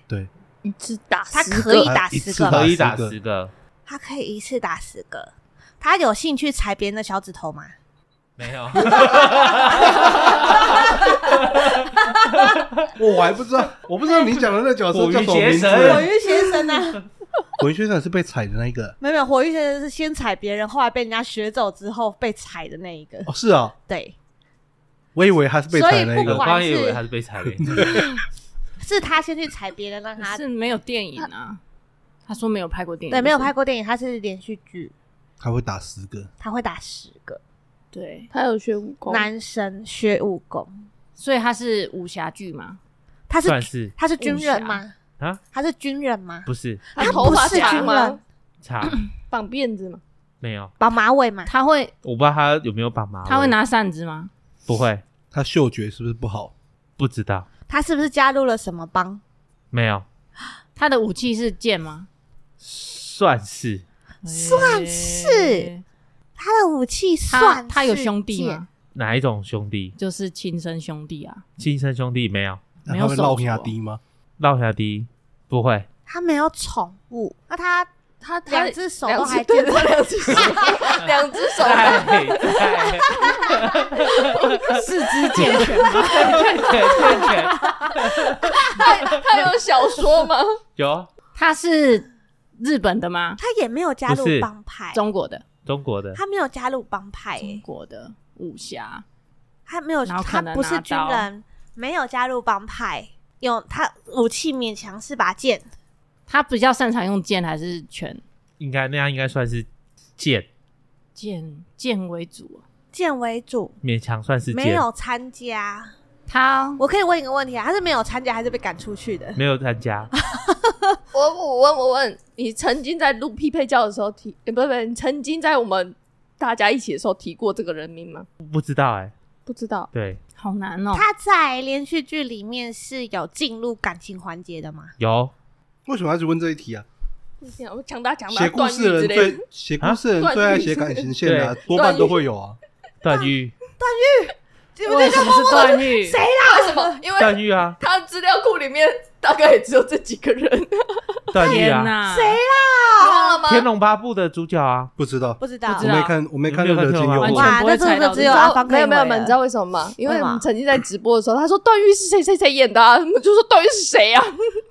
D: 一次打
A: 他
D: 十
A: 可以
D: 个
A: 打
B: 一
A: 十
B: 次
A: 个，
E: 可以打
B: 打
E: 十
B: 十
E: 个，
A: 他可以一次打十个。他有兴趣踩别人的小指头吗？
E: 没有，
B: 我还不知道，我不知道你讲的那角色叫什么名字
E: 火云邪
A: 火
B: 欸。
A: 鱼先生啊呢？
B: 火云先生是被踩的那一个
A: 没有，没有，火鱼先生是先踩别人，后来被人家学走之后被踩的那一个。
B: 哦，是啊，
A: 对，
B: 我以为他是被踩的那
A: 所以不
B: 个。
E: 我刚刚也以为他是被 踩的，
A: 是他先去踩别人，让
C: 可
A: 他
C: 是没有电影啊，他说没有拍过电影，
A: 对没有
C: 是
A: 拍过电影，他是连续剧，
B: 他会打十个，
A: 他会打十个。
C: 对，
D: 他有学武功，
A: 男生学武功，
C: 所以他是武侠剧嘛？
A: 他是
E: 算是
A: 他是军人吗？
E: 啊，
A: 他是军人吗？
E: 不是
D: 他
A: 他
D: 头
A: 不
D: 发
A: 是
D: 长
A: 军
D: 吗
A: 人？，
E: 差
D: 绑辫子吗？
E: 没有，
A: 绑马尾吗？
C: 他会
E: 我不知道他有没有绑马尾，
C: 他会拿扇子吗？
E: 不会？
B: 他嗅觉是不是不好？
E: 不知道，
A: 他是不是加入了什么帮？
E: 没有，
C: 他的武器是剑吗？
E: 算是
A: 算是
C: 诶
A: 他的武器
C: 他
A: 算
C: 他有
A: 是
C: 兄弟
A: 剑
C: 吗？？
E: 哪一种兄弟？
C: 就是亲生兄弟啊，
E: 亲生兄弟没有，
B: 那
C: 没
B: 他
C: 有
B: 会
C: 手
B: 落
C: 足
B: 下
C: 哦
B: 低吗？
E: 落下低不 会，
A: 他没有宠物，那他
D: 他他
A: 两只手
D: 两
A: 都
D: 只
A: 还
D: 对
A: 健
D: 着
A: 在，
D: 两只手，两只手
E: 在在
C: 四肢健全吗？
E: 健全健全
D: 他 他有小说吗？
E: 有
C: 他是日本的吗？
A: 他也没有加入
E: 不是
A: 帮派，
C: 中国的，
E: 中国的
A: 他没有加入帮派、
C: 中
A: 欸，
C: 国的武侠，
A: 他没有，
C: 然后可
A: 他
C: 能
A: 不是
C: 拿
A: 军
C: 刀
A: 人，没有加入帮派，用他武器勉强是把剑，
C: 他比较擅长用剑还是拳？
E: 应该那样应该算是剑，
C: 剑剑为主啊、
A: 剑为主，
E: 勉强算是
A: 没
E: 剑，
A: 有参加。
C: 他
A: 我可以问一个问题啊，他是没有参加还是被赶出去的？
E: 没有参加，
D: 我我问我问你，曾经在录匹配教的时候提，呃不是不是，你曾经在我们大家一起的时候提过这个人名吗？
E: 不知道哎、
D: 不知道，
E: 对，
C: 好难哦、
A: 他在连续剧里面是有进入感情环节的吗？
E: 有
B: 为什么要去问这一题啊？
D: 我强大强大
B: 写故
D: 段
B: 事
D: 誉
B: 的
D: 之
B: 人
D: 类的，
B: 最写故事的人最爱写感情线的啊，多半都会有啊。
E: 段誉，
C: 为什么是段誉？
D: 为什么？因为
E: 段誉啊，
D: 他资料库里面大概也只有这几个人，
E: 段誉
C: 天
E: 啊，
C: 哪！
D: 忘了吗？
E: 天龙八部的主角啊，
B: 不知道，
A: 不知道，
C: 不
B: 我
C: 知道
B: 没看，我没看
E: 你
B: 任
E: 没
B: 何
E: 有看
B: 金
E: 天龙八
B: 庸
E: 部
B: 过
E: 吗。
A: 哇，
C: 不
A: 那
C: 会
A: 真
C: 猜
A: 的
C: 到
A: 只
C: 这
A: 有
C: 个
A: 阿芳
D: 没有没有没有，
A: 门
D: 你知道为什么吗？因为
A: 为什
D: 我
A: 么
D: 们曾经在直播的时候，他说段誉是谁谁谁演的、啊，我们就说段誉是谁呀、啊？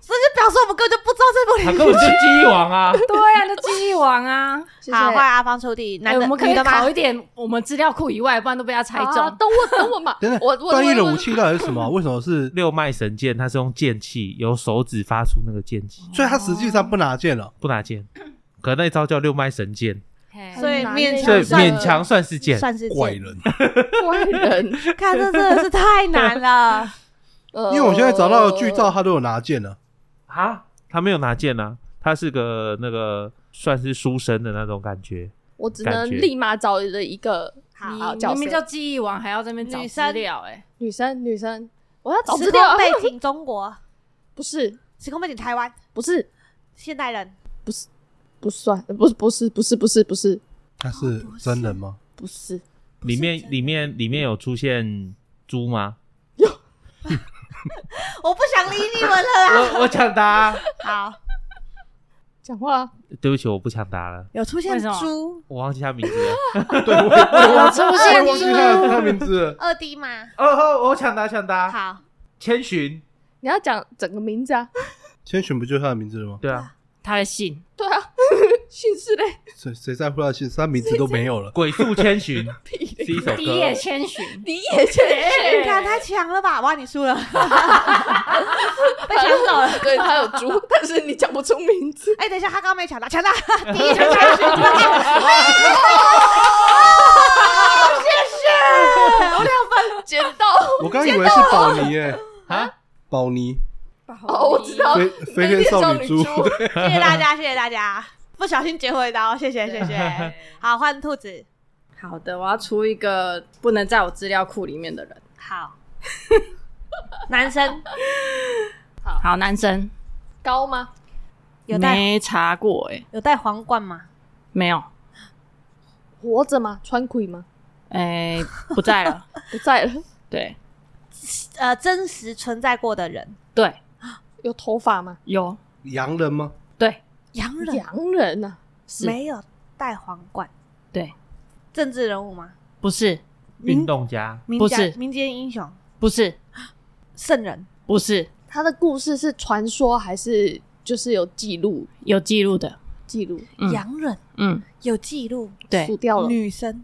A: 就表示我们根本就不知道这部
E: 他
A: 连
E: 根本是记忆王啊，
C: 对啊，那记忆王啊，
D: 谢谢
A: 好，换阿芳出题，男
C: 哎
A: 的、
C: 我们可
A: 女
C: 以
A: 的吗
C: 考一点我们资料库以外，不然都被他猜
D: 好
C: 中。
D: 等我等我嘛
B: 等，
D: 我
B: 等，
D: 我
B: 段誉的
D: 我
B: 武器到底是什么啊？为什么 是？
E: 六脉神剑，它是用剑气，由手指发出那个剑气，
B: 所以他实际上不拿 剑了。
E: 不拿剑，可那一招叫六脉神剑，
C: 嘿
A: 所以勉
E: 所以
A: 强算
E: 勉强算是剑，
A: 算是
B: 怪
A: 贱
B: 人，
D: 怪人，
A: 看这真的是太难了。
D: 因
B: 因为我现在找到的剧照，他都有拿剑了。
E: 啊，他没有拿剑啊，他是个那个算是书生的那种感觉，
D: 我只
E: 感
D: 能
E: 觉
D: 立马找了一个
A: 好
C: 你
D: 角
C: 明
D: 色
C: 明叫记忆王，还要在那边找
A: 女
C: 资
A: 生
C: 料，哎，
D: 女生女生，我要找
A: 时
D: 资料啊
A: 空，背景中国，
D: 不是
A: 时空背景台湾，
D: 不是
A: 现代人，
D: 不算，不是不是不是不是不是哦
B: 他是真人吗？
D: 不是，
E: 里面里面里面有出现猪吗？
A: 我不想理你们了啦。
E: 我我抢答，啊
A: 好，
D: 讲话 啊
E: 对不起，我不抢答了，
A: 有出现
C: 为什么
A: 猪
E: 我忘记他名字了。
B: 对，我我
A: 有出
B: 我也
A: 现
B: 忘记他的他名字了。
A: 二 D 吗？
E: 哦哦，我抢答抢答，
A: 好，
E: 千寻，
D: 你要讲整个名字啊？
B: 千寻不就是他的名字了吗？
E: 对啊，
C: 他的信，
D: 对啊，姓氏嘞，
B: 谁谁在乎他的姓？他名字都没有 了。
E: 鬼畜千寻
D: 屁
E: 是一首歌，
C: 第一页千寻，
D: 你也欠
A: 你
D: 缺，
A: 看太强了吧？哇，你输了，被抢走了。
D: 对他有猪， 但是你讲不出名字，
A: 哎，等一下，他刚刚没抢到，抢到第一抢抢到，
D: 捡到
B: 我刚以为是宝妮耶，
E: 啊，
B: 宝妮
D: 哦，我知道，
B: 飞飞天少女猪，
A: 谢谢大家，谢谢大家，不小心截回刀，谢谢谢谢。好，换兔子，
F: 好的，我要出一个不能在我资料库里面的人。
A: 好， 男生
C: 好男生，
D: 高吗？
A: 有戴
C: 没查过哎、欸，
A: 有戴皇冠吗？
C: 没有，
D: 活着吗？穿盔吗？
C: 哎、不在 了，
D: 不在了，
C: 对
A: 呃，真实存在过的人，
C: 对，
D: 有头发吗？
C: 有
B: 洋人吗？
C: 对
A: 洋
D: 洋人啊，
C: 是
A: 没有戴皇冠，
C: 对，
A: 政治人物吗？
C: 不是
E: 运动家，
A: 民
C: 不
A: 家
C: 是
A: 民间英雄、
C: 不是
A: 圣人，
C: 不是
D: 他的故事是传说还是就是有记录？
C: 有记录的，
D: 记录
C: 嗯
A: 洋人
C: 嗯，
A: 有记录，
C: 对
D: 数，掉了，
A: 女生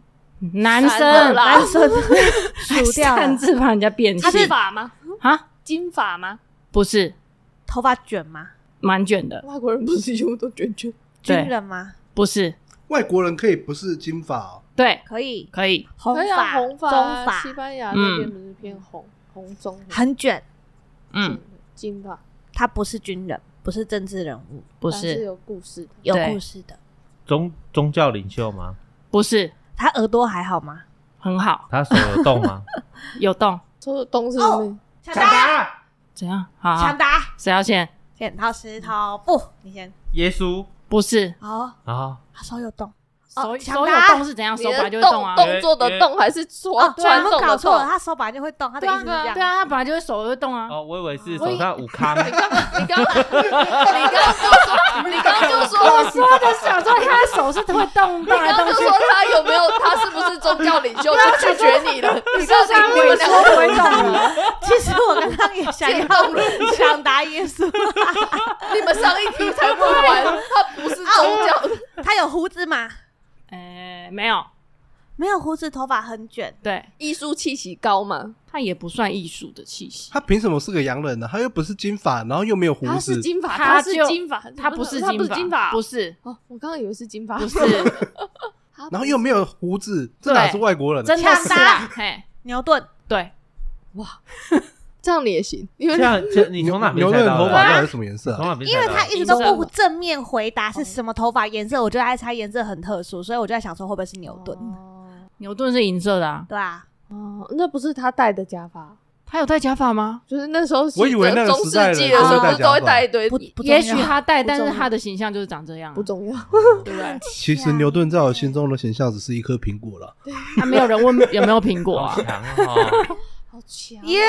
C: 男
D: 删了
C: 生
D: 啦
A: 男生 数掉了
C: 擅自帮人家变性
D: 他是发吗？
C: 啊，
D: 金发吗？
C: 不是
A: 头发卷吗？
C: 蛮卷的，
D: 外国人不是有都卷卷？
A: 军
C: 对
A: 人吗？
C: 不是
B: 外国人可以不是金发哦，
C: 对，
A: 可以，
C: 可以
A: 红
D: 对啊，
A: 发、
D: 红
A: 棕
D: 啊
A: 发，
D: 西班牙那边不是偏红红棕吗，
A: 很卷。
C: 嗯，
D: 金发，
A: 他不是军人，不是政治人物，
C: 不
D: 但是
C: 是
D: 有故事的。
A: 有
C: 对
A: 故事的。
E: 宗宗教领袖吗？
C: 不是
A: 他耳朵还好吗？
C: 很好，
E: 他手有动吗？
C: 有动
D: 周东是不是
A: 抢
E: 抢
A: 答，
E: 答，
C: 怎样？好
A: 抢
C: 好，
A: 答，
C: 谁要先？
A: 剪刀石头布，你先。
E: 耶稣
C: 不是
A: 哦，
E: 啊，
A: 他手有动，
C: 手
A: 哦
C: 手
A: 抢
C: 有
A: 答
C: 动是怎样？手
D: 你
C: 本
D: 的
C: 来就会
D: 动
C: 动啊。
D: 动作的动还是
A: 哦
D: 传，
A: 对啊
D: 传
A: 我
D: 统
A: 搞
D: 的
A: 错了，
D: 动？
A: 他手本来就会动，他的意思是这样。
C: 对啊，他本来就会手会动啊。
E: 哦，我以为是手上有康，
D: 你刚你刚就说，你刚就说，
C: 说的想说他的手是会动动
D: 你刚就说他有没有，他是不是宗教领袖就拒绝你了？你告诉你们两个
C: 会动了。
A: 其实我刚刚也想要 抢答耶稣，
D: 你们上一题才问完，他不是宗教的，
A: 他有胡子吗？
C: 哎，没有，
A: 没有胡子，头发很卷。
C: 对
D: 艺术气息高嘛？
C: 他也不算艺术的气息。
B: 他凭什么是个洋人呢？他又不是金发，然后又没有胡
D: 他是
B: 子，
D: 金发，
C: 他
D: 是
C: 就
D: 金发，
C: 他呃不是
D: 他不是金发，
C: 不是，
D: 哦，我刚刚以为是金发，
C: 不是，
D: 他不
B: 然后又没有胡子，这哪是外国人啊？
C: 真的是啦。嘿，
A: 牛顿，
C: 对，
D: 这样你也行，因为
E: 这样这你从哪边
B: 牛
E: 猜
B: 顿
E: 到
B: 头
E: 的
B: 发
E: 啊？
B: 到底是什么颜色
E: 从
B: 啊？
E: 哪边
A: 因为
E: 猜到
A: 他
E: 的？
A: 一直嗯都
C: 银色
A: 不正面回答是什么头发颜色，我就在猜颜色很特殊，所以我就在想说会不会是牛顿，
D: 哦
C: 牛顿是银色的啊。
A: 对吧？
D: 哦，那不是他戴的假发，
C: 他有戴假发吗？
D: 就是那时候是
B: 我以为那个
D: 中世
B: 时代的
D: 纪
B: 人
D: 的时
A: 都
D: 候，不
A: 戴
D: 是都
B: 假
D: 会
B: 发
D: 戴一堆
A: 不，不重
C: 也
A: 要
C: 许他戴，
D: 不
C: 但
D: 重
C: 是
D: 要
C: 他的形象就是长这样啊
D: 不，重要。
C: 对不对？
B: 其实牛顿在我心中的形象只是一颗苹果了。
D: 啊
C: 他没有人问有没有苹果啊
E: 好？强哦！
D: 好强啊！
A: 耶，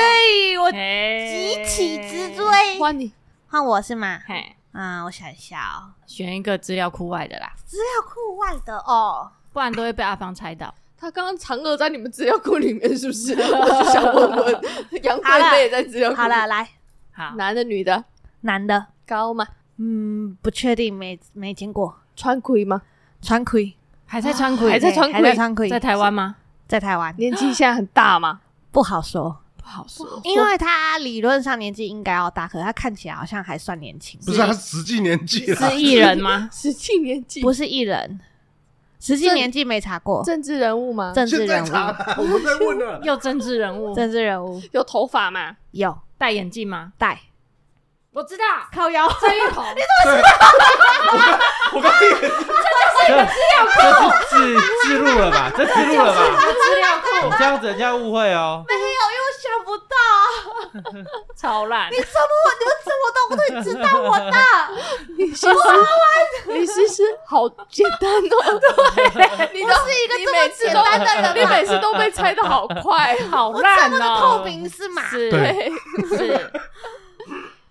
A: 我
C: 急
A: 急起直，追，
D: 换你，
A: 换我是吗？
C: 嘿，
A: 嗯，我想一下哦，
C: 选一个资料库外的啦，
A: 资料库外的哦，
C: 不然都会被阿芳猜到。
D: 他刚刚嫦娥在你们资料库里面是不是？ 我就想问问，杨贵妃也在资料库。
A: 好了，，来，
C: 好，
D: 男的女的，
A: 男的，
D: 高吗？
A: 嗯，不确定，没没见过，
D: 穿盔吗？
A: 穿盔，
C: 啊还在穿裤，
D: 还在穿
A: 还在穿盔，
C: 在台湾吗？
A: 在台湾
D: 年纪现在很大吗？
A: 不好说，
C: 不好说，
A: 因为他理论上年纪应该要大，可是他看起来好像还算年轻，
B: 不是，他实际年纪啊了。
C: 是啊艺人吗？
D: 实际年纪，
A: 不是艺人，实际
D: 政
A: 年纪没查过，
D: 政治人物吗？
A: 政治
B: 现在
A: 人
B: 查
A: 物，
B: 啦，我们在问啊了。
C: 又政治人物，
A: 政治人物
D: 有头发吗？
A: 有
C: 戴眼镜吗？
A: 戴
C: 我知道，
A: 靠 腰，
C: 郑裕彤，
B: 我刚也
E: 这这是自自录了吧？这自录了吧？
C: 资料库，
E: 你这样子人家误会哦。
A: 没有，因为我想不到，
C: 超烂
A: 你，怎么你们怎么动都知道我的，
D: 你其实你其实好简单哦，对， 你都
A: 我是一个这么简单的人吗
D: 你每次都 被猜的好快，啊
C: 好
A: 我这
C: 烂
A: 么的
C: 哦
A: 透！明是吗？
C: 是
B: 对
C: 是，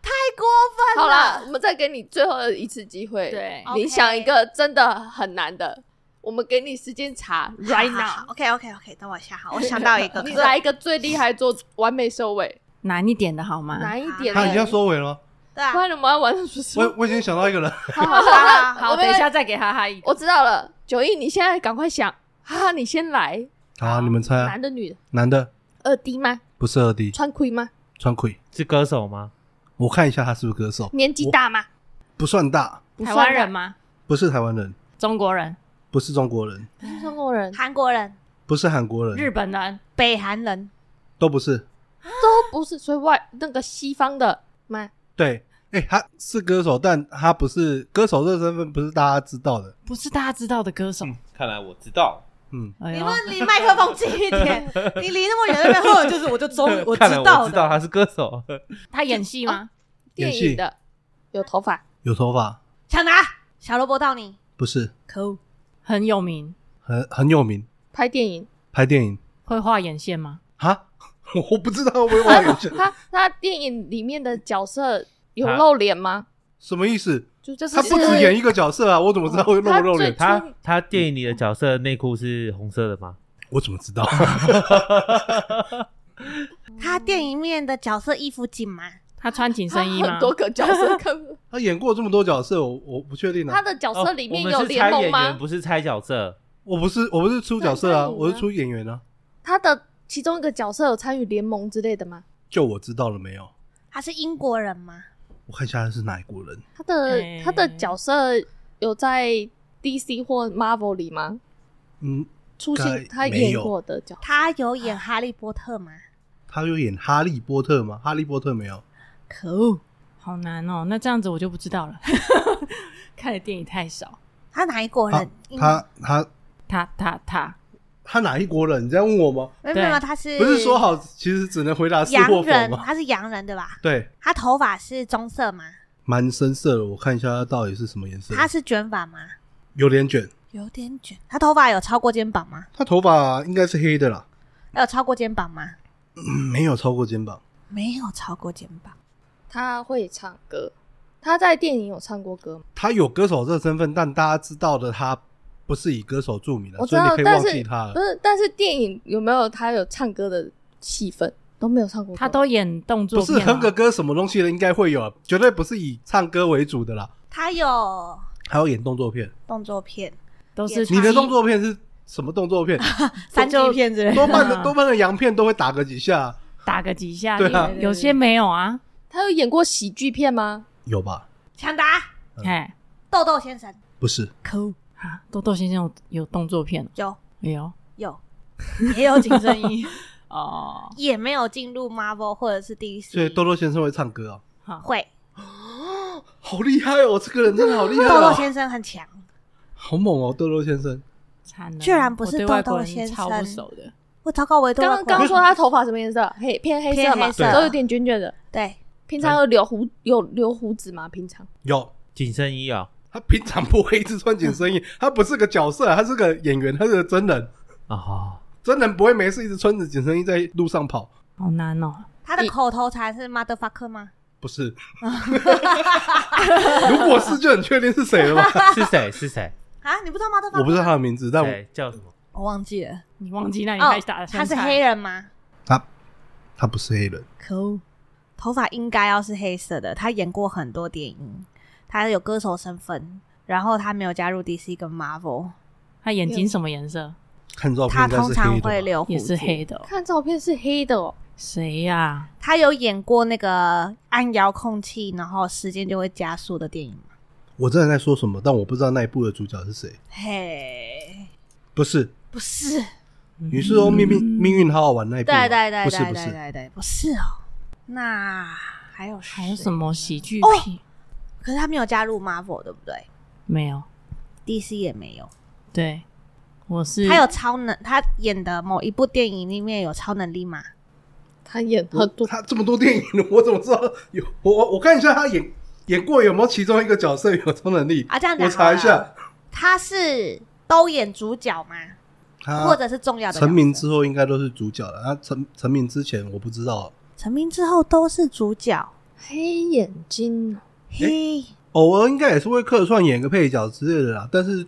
A: 太过分
D: 好啦，
A: 了
D: 我。们再给你最后的一次机会，
C: 对
D: 你
A: OK
D: 想一个真的很难的，我们给你时间查。
C: ，right
A: 好
C: now
A: ，OK OK OK，等我一下，好，我想到一 个，可
D: 你
A: 是
D: 来一个最厉害做完美收尾，
C: 难一点的好吗？
D: 难一点
B: 他已经要
D: 的。
B: 收尾了吗？
A: 对啊
D: 不，然我们要玩什么？
B: 我我已经想到一个人，
D: 好好
A: 好
D: 好，
A: 啊
C: 好，
D: 我们
C: 等一下再给哈哈一个。
D: 我知道了。九一，你现在赶快想，哈哈，你先来。
B: 好，你们猜啊，
D: 男的女的，
B: 男的
D: 二 D 吗？
B: 不是二 D，
D: 穿盔吗？
B: 川葵，
E: 是歌手吗？
B: 我看一下他是不是歌手，
D: 年纪大吗？
B: 不算大，
D: 不
C: 台
D: 算
C: 湾人
D: 吧？
C: 吗？
B: 不是台湾人，
C: 中国人、
B: 不是中国人，
D: 不是中国 人，
A: 韩国人、
B: 不是韩国
C: 日
B: 人，
C: 本人、
A: 北韩人，
B: 都不是。
D: 都不是，所以外那个西方的吗？
B: 对，哎、他是歌手，但他不是歌手，这个身份不是大家知道的。
C: 不是大家知道的歌手。
E: 嗯看来我知道，
B: 嗯，
C: 哎
A: 你
C: 呦，
A: 们离麦克风近一 点，你离那么远那边，后来就是我就 终于哦 我
E: 看来
A: 知道
E: 我知道
A: 的，
E: 他是歌 手。
C: 他演戏吗？
B: 演
D: 电
B: 戏
D: 影的，有头发，
B: 有头发，
A: 抢答，小萝卜到你，
B: 不是
A: 可恶，
C: 很有名，
B: 很很有名，
D: 拍电影。
B: 拍电影
C: 会画眼线吗？
B: 哈， 我不知道，我有点
D: 他他电影里面的角色有
E: 他
D: 露脸吗？
B: 什么意思？
D: 就就是
B: 他不止演一个角色啊，我怎么知道会露不露脸？
D: 他
E: 他他电影里的角色内裤是红色的吗？
B: 我怎么知道？
A: 他电影面的角色衣服紧吗？
C: 他穿紧
D: 他
C: 身衣吗
D: 很？多个角 色，看
B: 他演过这么多角色，我我不确定
D: 他
B: 啊。
D: 的角色里面
E: 哦
D: 有
E: 我们是
D: 联
E: 猜
D: 盟
E: 演员，
D: 吗？
E: 不是猜角色。
B: 我不是我不是出角色
D: 那那
B: 啊，
D: 你呢
B: 我是出演员啊。
D: 他的其中一个角色有参与联盟之类的吗？
B: 就我知道了没有？
A: 他是英国人吗？
B: 我看一下他是哪一国人，
D: 他的
C: 哎
D: 他的角色有在 DC 或 Marvel 里吗？
B: 嗯，
D: 出
B: 该
D: 现他
B: 没
D: 演
B: 有
D: 过的角色，
A: 他有演《哈利波特》吗？
B: 他有演哈利波特吗？哈利波特没有，
C: 可恶，好难哦。那这样子我就不知道了， 看的电影太少。
A: 他哪一国人？英
B: 啊他他
C: 他他他，
B: 他哪一国人？你在问我吗？
A: 没有没有，
C: 对
A: 他是
B: 不是说好，其实只能回答是
A: 洋
B: 或否
A: 人？
B: 吗？
A: 他是洋人对吧？
B: 对，
A: 他头发是棕色吗？
B: 蛮深色的。我看一下他到底是什么颜色。
A: 他是卷发吗？
B: 有点卷，
A: 有点卷。他头发有超过肩膀吗？
B: 他头发应该是黑的啦，
A: 有超过肩膀吗？
B: 嗯没有超过肩膀。
A: 没有超过肩膀。
D: 他会唱歌，他在电影有唱过歌吗？
B: 他有歌手这个身份，但大家知道的他不是以歌手著名的，
D: 我知
B: 呃所以你可，以
D: 道但
B: 忘
D: 是
B: 记他
D: 不
B: 了。
D: 是，但是电影有没有他有唱歌的戏份都没有唱过歌，
C: 他都演动
B: 不
C: 作
B: 是
C: 片啊
D: 啊
B: 哼
C: 吗
B: 个？歌什么东西的，应该会有啊，绝对不是以唱歌为主的啦。
A: 他有
B: 还有演动作片，
A: 动作片、
C: 都是
B: 你的动作片是什么动作
D: 哎
B: 片？
A: 三级片之类的。
B: 多半的多半的洋片都会打个几下，
C: 打个几下，
B: 对啊
C: 有有些没有啊。
D: 他有演过喜剧片吗？
B: 有吧？
A: 抢答，
B: 嗯
C: 哎，
A: 豆豆先生
B: 不是，
A: 可恶，
C: 啊，豆豆先生有有动作片哦
A: 有
C: 没有？
A: 有也有紧身衣，
C: 哦，
A: 也没有进入 Marvel 或者是 DC。
B: 所以
D: 嗯
B: 豆豆先生会唱歌哦，
C: 好，
A: 会
B: 好厉害哦！这个人真的好厉害
A: 豆豆
B: 哦，
A: 先生很强，
B: 好猛哦，豆豆先生。
C: 惨了，
A: 居然不是
C: 我对外
A: 豆豆
C: 国人
A: 先生
C: 超不熟的。
A: 我糟糕，我也多
D: 刚刚说他头发什么颜色？黑偏黑色
A: 偏
D: 嘛
A: 黑色，
D: 都有点卷卷的。
A: 对
D: 平常有留胡有留胡子吗？平常
B: 有，
E: 紧身衣啊、
B: 他平常不会一直穿紧身衣，他不是个角色啊，他是个演员，他是个真人，
E: 哦，
B: 真人不会没事一直穿着紧身衣在路上跑，
C: 好难哦，
A: 他的口头禅是 motherfucker 吗？
B: 不是？ 如果是就很确定是谁了吧？
E: 是谁？是谁？
A: 啊，你不知道 motherfucker？
B: 我不知道他的名字，但我
E: 谁叫什么？
A: 我忘记了。
C: 你忘记那你
A: 哦
C: 还打，
A: 他是黑
C: 人，
A: 人吗？
B: 他他不是黑人，
A: 可恶，头发应该要是黑色的。他演过很多电影，他有歌手身份，然后他没有加入 DC 跟 Marvel，
C: 他眼睛什么颜色？
B: 看照片
A: 他
B: 应该
A: 通
B: 是
A: 常
B: 黑
A: 会
B: 的吧。
A: 留胡
C: 也
A: 子。
C: 是黑的哦。
D: 看照片是黑的哦。
C: 谁呀？
A: 他有演过那个按遥控器，然后时间就会加速的电影吗？
B: 我真的在说什么，但我不知道那一部的主角是谁。
A: 嘿，
B: 不是，
A: 不是，
C: 嗯
B: 你是说命运命运好好玩那一部吗？
A: 嗯对对对
B: 不是
A: 对
B: 不
A: 对
B: 是，
A: 对对，不是哦。那还有
C: 还有
A: 谁
C: 什？么喜剧
A: 哦
C: 片？
A: 可是他没有加入 Marvel，对不对
C: 没有，
A: ？DC 也没有。
C: 对，我是嗯
A: 他有超能，他演的某一部电影里面有超能力吗？
D: 他演很多，
B: 他这么多电影， 我怎么知道有？我我我看一下他演演过有没有其中一个角色有超能力
A: 啊这样讲
B: 我查一
A: 好
B: 下
A: 了，他是都演主角吗？
B: 他
A: 或者是重要的角色？
B: 成名啊之后应该都是主角了。他成成名之前我不知道，
A: 成名之后都是主角。
D: 黑眼睛
A: 嘿，
B: 偶尔应该也是会客串演个配角之类的啦，但是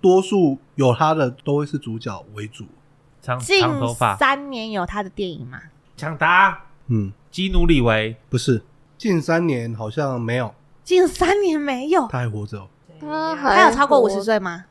B: 多数有他的都会是主角为主。
E: 长
A: 近
E: 长头发，
A: 三年有他的电影吗？
E: 抢答，
B: 嗯，
E: 基努里维，
B: 不是，近三年好像没有，
A: 近三年没有。
B: 他还活着、哦。
D: 他还
A: 他有超过五十
D: 活？
A: 岁吗？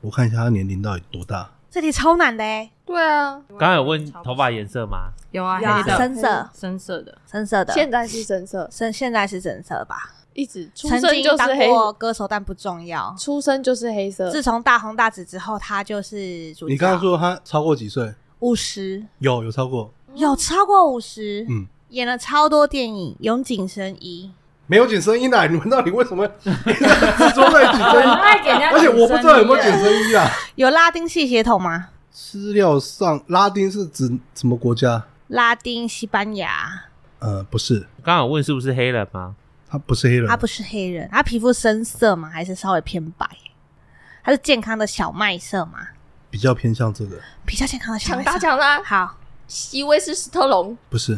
B: 我看一下他年龄到底多大。
A: 这题超难的哎、
D: 对啊，
E: 刚刚有问头发颜色吗？
C: 有啊，
A: 有啊
C: 黑的、
A: 深色，
C: 深色的，
A: 深色的。
D: 现在是深色，
A: 深现在是深色吧？
D: 一直出
A: 曾
D: 生
A: 经
D: 就是
A: 当
D: 黑，
A: 过歌手，但不重要。
D: 出生就是黑色。
A: 自从大红大紫之后，他就是主角。
B: 你刚刚说他超过几岁？
A: 五十，
B: 有有超过？
A: 有超过五十，
B: 嗯，
A: 演了超多电影，永井生一。
B: 没有紧身衣啦！你们到底为什 么执着在紧身衣？
C: 爱给人家
B: 而且我不知道有没有紧身衣啊。
A: 有拉丁系血统吗？
B: 资料上，拉丁是指什么国家？
A: 拉丁、西班牙，
B: 呃，不是，
E: 刚刚有问是不是黑人吗？
B: 他不是黑人，
A: 他不是黑人，他皮肤深色吗？还是稍微偏白？他是健康的小麦色吗？
B: 比较偏向这个，
A: 比较健康的小
D: 抢
A: 麦
D: 答
A: 色。
D: 抢答，
A: 好，
D: 席威是斯特龙，
B: 不是，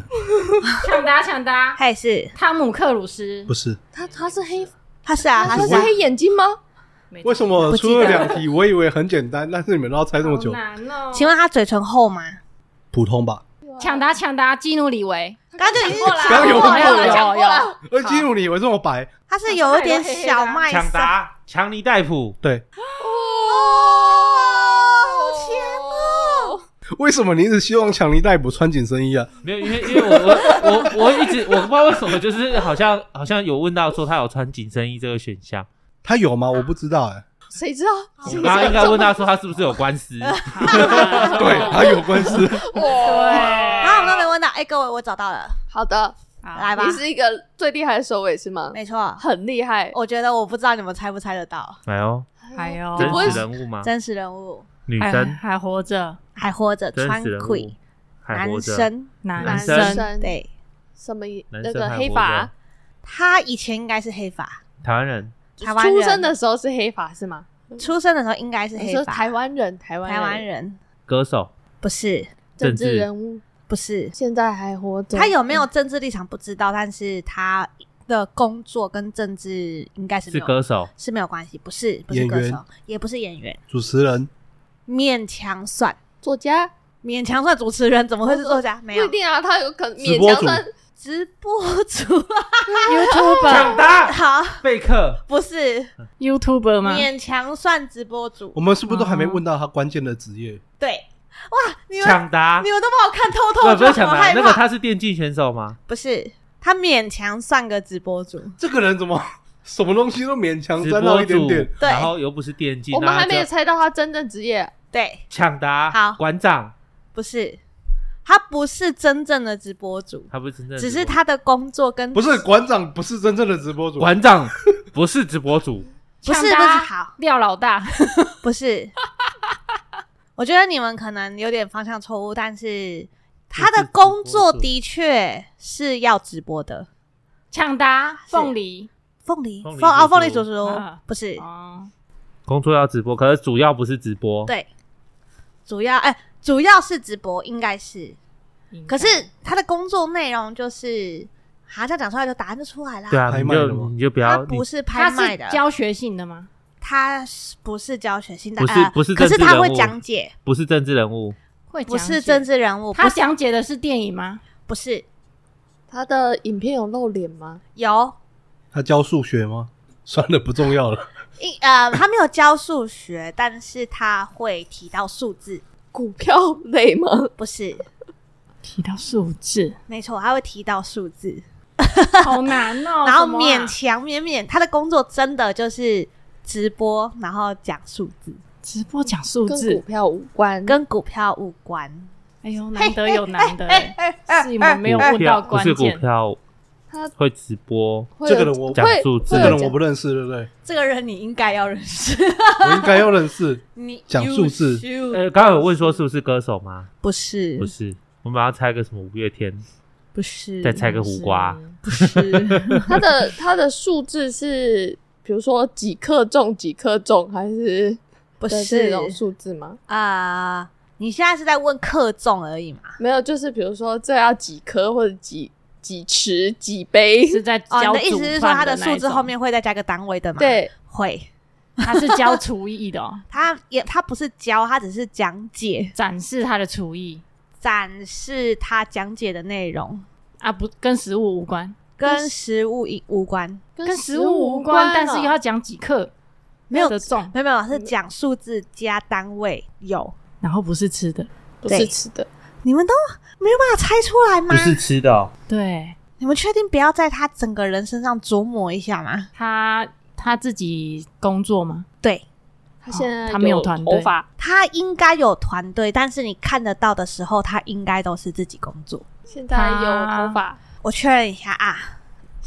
C: 抢答抢答，
A: 他也是，
C: 汤姆克鲁斯
B: 不是。
D: 他他是黑，
A: 他是啊，
D: 他
A: 他
D: 是
A: 是啊。
D: 黑眼睛吗？
B: 为什么出了两题，我以为很简单，但是你们都要猜这么久
C: 好？难哦。
A: 请问他嘴唇厚吗？
B: 普通吧。
C: 抢答抢答，基努里维，
A: 刚刚就已经
B: 刚刚有问过
D: 有
B: 了，
D: 有有，
B: 而基努里为这么白？
A: 他是有一点小麦
E: 抢
A: 色。
E: 答，强尼戴普，
B: 对，
A: 哦，好强哦！
B: 为什么你一直希望强尼戴普穿紧身衣啊？
E: 没有，因为因为我我我我一直我不知道为什么，就是好像好像有问到说他有穿紧身衣这个选项，
B: 他有吗？我不知道哎。
D: 谁知
A: 哦
D: 道？
E: 我刚刚应该问他说他是不是有 官司，
B: 对，他有官司。
D: 哇，
A: 然后我们都没问到，哎，各位，我找到了，
D: 好的，
A: 来吧
D: 你。是一个最厉害的首尾是吗？
A: 没错，哦
D: 很厉害，啊
A: 我觉得我不知道你们猜不猜得到，
E: 哎呦，
C: 还有
D: 你
E: 真
D: 不会
E: 实人物吗？
A: 哦真实哎人物
E: 女
C: 还
E: 生，
C: 还活着，
A: 还活着，
E: 真
A: 穿
E: 实人物
A: 盔，
E: 还活
A: 男
E: 着，
A: 生，
C: 男
E: 男
D: 生
C: 生
A: 对，
D: 什么
E: 男
D: 那
E: 生
D: 个
E: 还
D: 黑啊
E: 活
D: 发
E: 着，
A: 他以前应该是黑发，
E: 台湾人，
A: 台湾
D: 出
A: 人
D: 生的时候是黑发是吗？
A: 出生的时候应该是
D: 你
A: 黑
D: 说
A: 发，
D: 台湾人，台湾
A: 台湾人
E: 歌手，
A: 不是
D: 政
E: 政
D: 治
E: 治
D: 人物，
A: 不是，
D: 现在还活着。
A: 他有没有政治立场不知道，但是他的工作跟政治应该是没
E: 是
A: 有
E: 歌手，
A: 是没有关系，不是不是
B: 演
A: 歌
B: 员
A: 手，也不是演员，
B: 主持人
A: 勉强算。
D: 作家？
A: 勉强算主持人，怎么会是作家？
D: 不
A: 没有
D: 一定啊，他有可能
B: 直
D: 勉
B: 播
D: 强
B: 主
D: 算
A: 直播主，啊
E: 抢
C: YouTuber
E: 答，
A: 好，
E: 贝克，
A: 不是
C: YouTuber 吗？
A: 勉强算直播主
B: 我。们是不是都还没问到他关键的职业？
A: 对，哇，你们
E: 抢答
A: 你，们都把我看透透，
E: 不
A: 我
E: 不是
A: 就
E: 抢
A: 好
E: 答，
A: 害
E: 那个
A: 怕。
E: 他是电竞选手吗？
A: 不是，他勉强算个直播主，
B: 这个人怎么 什么东西都勉强
E: 直
B: 沾到
E: 播
B: 一点
E: 主
B: 点？，
A: 对
E: 然后又不是电竞，
D: 我们
E: 那他
D: 还没有
E: 就
D: 猜到他真正职业，
A: 对，
E: 抢答，
A: 好
E: 馆长，
A: 不是，他不是真正的直播主，
E: 他不是真正的
A: 只
E: 直
A: 是
E: 播
A: 他的工作跟
B: 不是馆长，不是真正的直播主。
E: 馆长不是直播主，
A: 不是不
C: 抢啊
A: 是
C: 答
A: 好，
C: 廖老大，
A: 不是。 我觉得你们可能有点方向错误，但是他的工作的确是要直播的。
C: 抢答凤梨
A: 凤梨
E: 凤梨
A: 凤哦，
E: 叔
A: 凤梨
E: 叔
A: 叔叔
C: 啊
A: 不是
C: 哦，
E: 工作要直播，可是主要不是直播，
A: 对，主要哎、主要是直播，应该是。
C: 应
A: 可
C: 该
A: 是
E: 嗯
A: 他的工作内容就是，好、啊、像讲出来就答案就出来啦。
E: 对啊，
B: 拍
E: 你
B: 卖的
E: 就
B: 吗
E: 你就不
A: 他
E: 要，
A: 不
E: 你
A: 是拍
C: 他
A: 卖
C: 是
A: 的，
C: 教学性的吗？
A: 他是不是教学性的，
E: 不是
A: 呃
E: 不是
A: 可是
E: 政治
A: 他
E: 人
A: 会
E: 物
A: 讲解，
E: 不是政治人物，
C: 会
A: 不
C: 讲
A: 是
C: 解
A: 政，治人物，
C: 他
A: 不是
C: 讲解的是电 影吗？
A: 不是
D: 他的影片有露脸吗？
A: 有
B: 他教数学吗？算了，不重要了。
A: 一呃，他没有教数学，但是他会提到数字，
D: 股票类吗？
A: 不是
C: 提到数字，
A: 没错，他会提到数字，
C: 好难哦。
A: 然后
C: 什么啊
A: 勉强勉勉，他的工作真的就是直播，然后讲数字，
C: 直播讲数
D: 跟股
C: 字，
D: 票无关，
A: 跟股票无关，哎
C: 哎呦，难 得有欸难得，是你们没有
E: 股
C: 问
E: 票
C: 到
E: 不
C: 关
E: 是股
C: 键。
E: 票
D: 他，
E: 会直播，
D: 会
B: 这个
D: 有
B: 人我
E: 讲
D: 会
E: 数
B: 这
E: 字
D: 会
B: 个
D: 有
B: 人我不认识，对不对？
A: 这个人你应该要认识，
B: 我应该要认识。
A: 你
B: 讲数字
E: 呃
A: you should-
E: 呃，刚刚有问说是不是歌手吗？
A: 不是
E: 不是，我们把它猜个什么五月天，
C: 不是，
E: 再猜个胡瓜
C: 不是，不是，
D: 它的它的数字是，比如说几克重几克重，还是
A: 不
D: 的
A: 是
D: 这种数字吗？
A: 啊、你现在是在问克重而已嘛？
D: 没有，就是比如说这要几颗或者几几匙几杯，
C: 是在
A: 哦，
C: 教
A: 你的意
C: 煮
A: 思是说
C: 饭
A: 它的
C: 那
A: 数
C: 一
A: 字
C: 种
A: 后 面会再加个单位的吗？，
D: 对，
A: 会。
C: 他是教厨艺的哦，
A: 它也它不是教，它只是讲解，
C: 展示他的厨艺
A: 展示它讲解的内容，
C: 啊，不跟食物无关，
A: 跟食物一无关。
C: 跟食物无关，
A: 哦
C: 但是
D: 要
C: 要讲几克，
A: 没有
C: 的重，
A: 没有没有，是讲数字加单位有。
C: 然后不是吃的，
D: 不
A: 对
D: 是吃的，
A: 你们都没有办法猜出来吗
E: 不？是吃的、哦，
C: 对
A: 你们确定不要在他整个人身上琢磨一下吗？
C: 他他自己工作吗？
A: 对
D: 他现在
C: 哦他没有
D: 有
C: 团队
D: 头发，
A: 他应该有团队，但是你看得到的时候，他应该都是自己工作。
D: 现在有头发，
A: 我确认一下啊，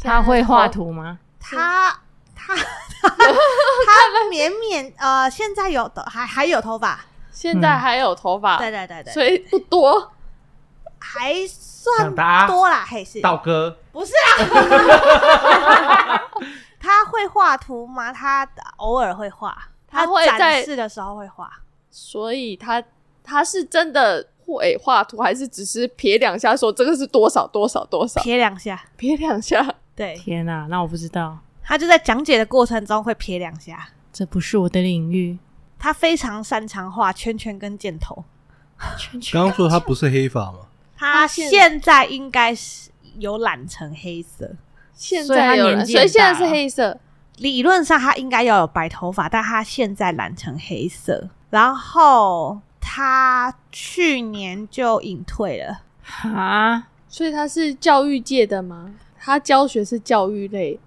C: 他会画图吗？
A: 他 他他绵绵呃，现在有的还还有头发，
D: 现
C: 嗯
D: 在还有头发，
A: 对对对对，
D: 所以不多。
A: 还
E: 抢
A: 算
E: 答
A: 多啦，还是
E: 道哥，
A: 不是啦。 他会画图吗？他偶尔会画，
D: 他会
A: 展
D: 在
A: 示的时候会画。
D: 所以他他是真的会画图，还是只是瞥两下说这个是多少多少多少？
A: 瞥两下，
D: 瞥两下，
A: 对，
C: 天哪、那我不知道，
A: 他就在讲解的过程中会瞥两下。
C: 这不是我的领域。
A: 他非常擅长画圈圈跟箭头。
B: 刚刚说他不是黑发吗？
A: 他现在应该是有染成黑色，
D: 现
C: 所以他
D: 在有
C: 年
D: 人，
C: 纪
D: 所以
C: 很
D: 现
C: 大
D: 在是黑色。
A: 理论上他应该要有白头发，但他现在染成黑色。然后他去年就隐退了，
C: 哈，
D: 所以他是教育界的吗？他教学是教育类，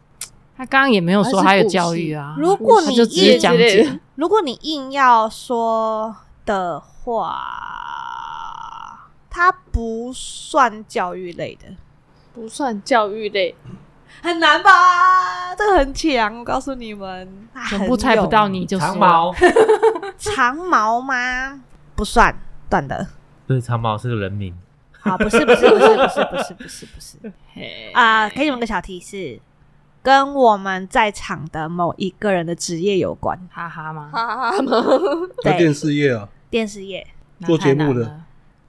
C: 他刚刚也没有说
D: 还
C: 他有
D: 是故事
C: 教育啊，
A: 如果
C: 他
A: 你
C: 就只是
A: 硬
C: 讲
D: 之类
C: 解
D: 的，
A: 如果你硬要说的话，他不算教育类的，
D: 不算教育类。
A: 很难吧？这个很强，我告诉你 们，他
C: 全
A: 很
C: 部猜不
A: 有
C: 到你就是
E: 长毛，
A: 长毛吗？不算，短的。
E: 对，长毛是个人名，
A: 好，啊不是不是不是不是不是不是不 是
C: 嘿
A: 啊、给你们个小提示，跟我们在场的某一个人的职业有关。
C: 哈哈吗？
D: 哈哈吗？
B: 他
A: 对
B: 电视业啊，
A: 电视业
C: 那
B: 做
C: 太
B: 节目
C: 难
B: 的
C: 了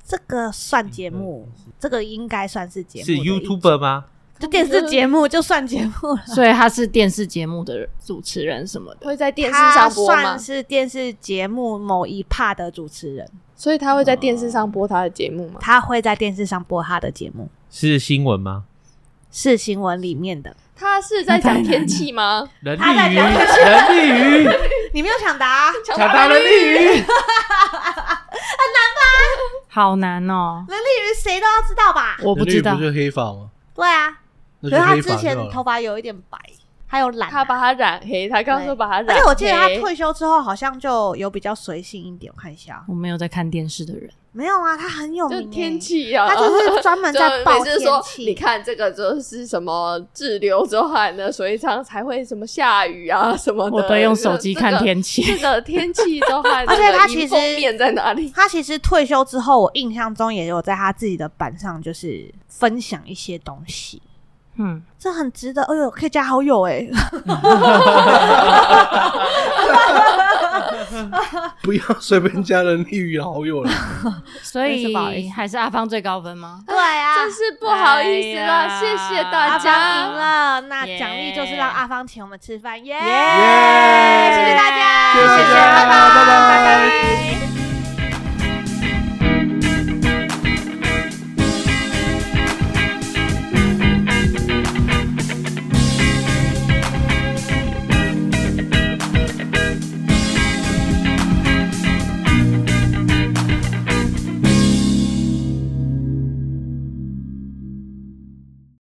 A: 这个算节目，这个应该算是节目
E: 是
A: 的一种。
E: YouTuber 吗？
A: 就电视节目就算节目 了。
C: 所以他是电视节目的主持人什么的，
D: 会在电视
A: 他
D: 上播
A: 算
D: 吗？
A: 是电视节目某一 part 的主持人，
D: 所以他会在电视上播他的节目吗？
A: 他会在电视上播他的节目，
E: 是新闻吗？
A: 是新闻里面的。
D: 他是在讲天气吗？
E: 人力
A: 他在
E: 鱼，
A: 讲
E: 人力鱼，
A: 你没有抢答、啊
E: 抢答人力鱼，
C: 好难哦，
A: 人力鱼谁都要知道吧？
C: 我不知道
B: 那绿不。是黑发吗？
A: 对啊，
B: 那
A: 可是他
B: 黑
A: 之
B: 发
A: 前
B: 就好了
A: 头发有一点白，还有染啊、
D: 他把他染黑，他刚刚说把他染黑。
A: 而且我记得他退休之后好像就有比较随性一点，我看一下啊，
C: 我没有在看电视的人，
A: 没有啊，他很有名、
D: 就
A: 欸，
D: 天，气啊，
A: 他就是专门在
D: 就
A: 报
D: 每
A: 天
D: 次说
A: 气。
D: 你，看这个就是什么滞留之后还呢，所以这样才会什么下雨啊 什么的。
C: 我都用手机
D: 这个
C: 看天气
D: 这个天气之后还有
A: 而且
D: 那个
A: 他其
D: 迎风
A: 实
D: 面在哪里？
A: 他其实退休之后，我印象中也有在他自己的版上就是分享一些东西。
C: 嗯，
A: 这很值得，哎呦，可以加好友哎、
B: 不要随便加人力鱼好友了。
C: 所
A: 真是不好意
C: 以
A: 思
C: 还是阿芳最高分吗？
A: 对 啊，
D: 真是不好意思
C: 哎
D: 啦，
C: 呀
D: 谢谢
A: 阿
D: 大
A: 芳赢
D: 家。
A: 了，那
C: 耶
A: 奖励就是让阿芳请我们吃饭耶！
C: 耶
A: 谢谢大家，
B: 谢谢大家拜拜
A: 拜拜。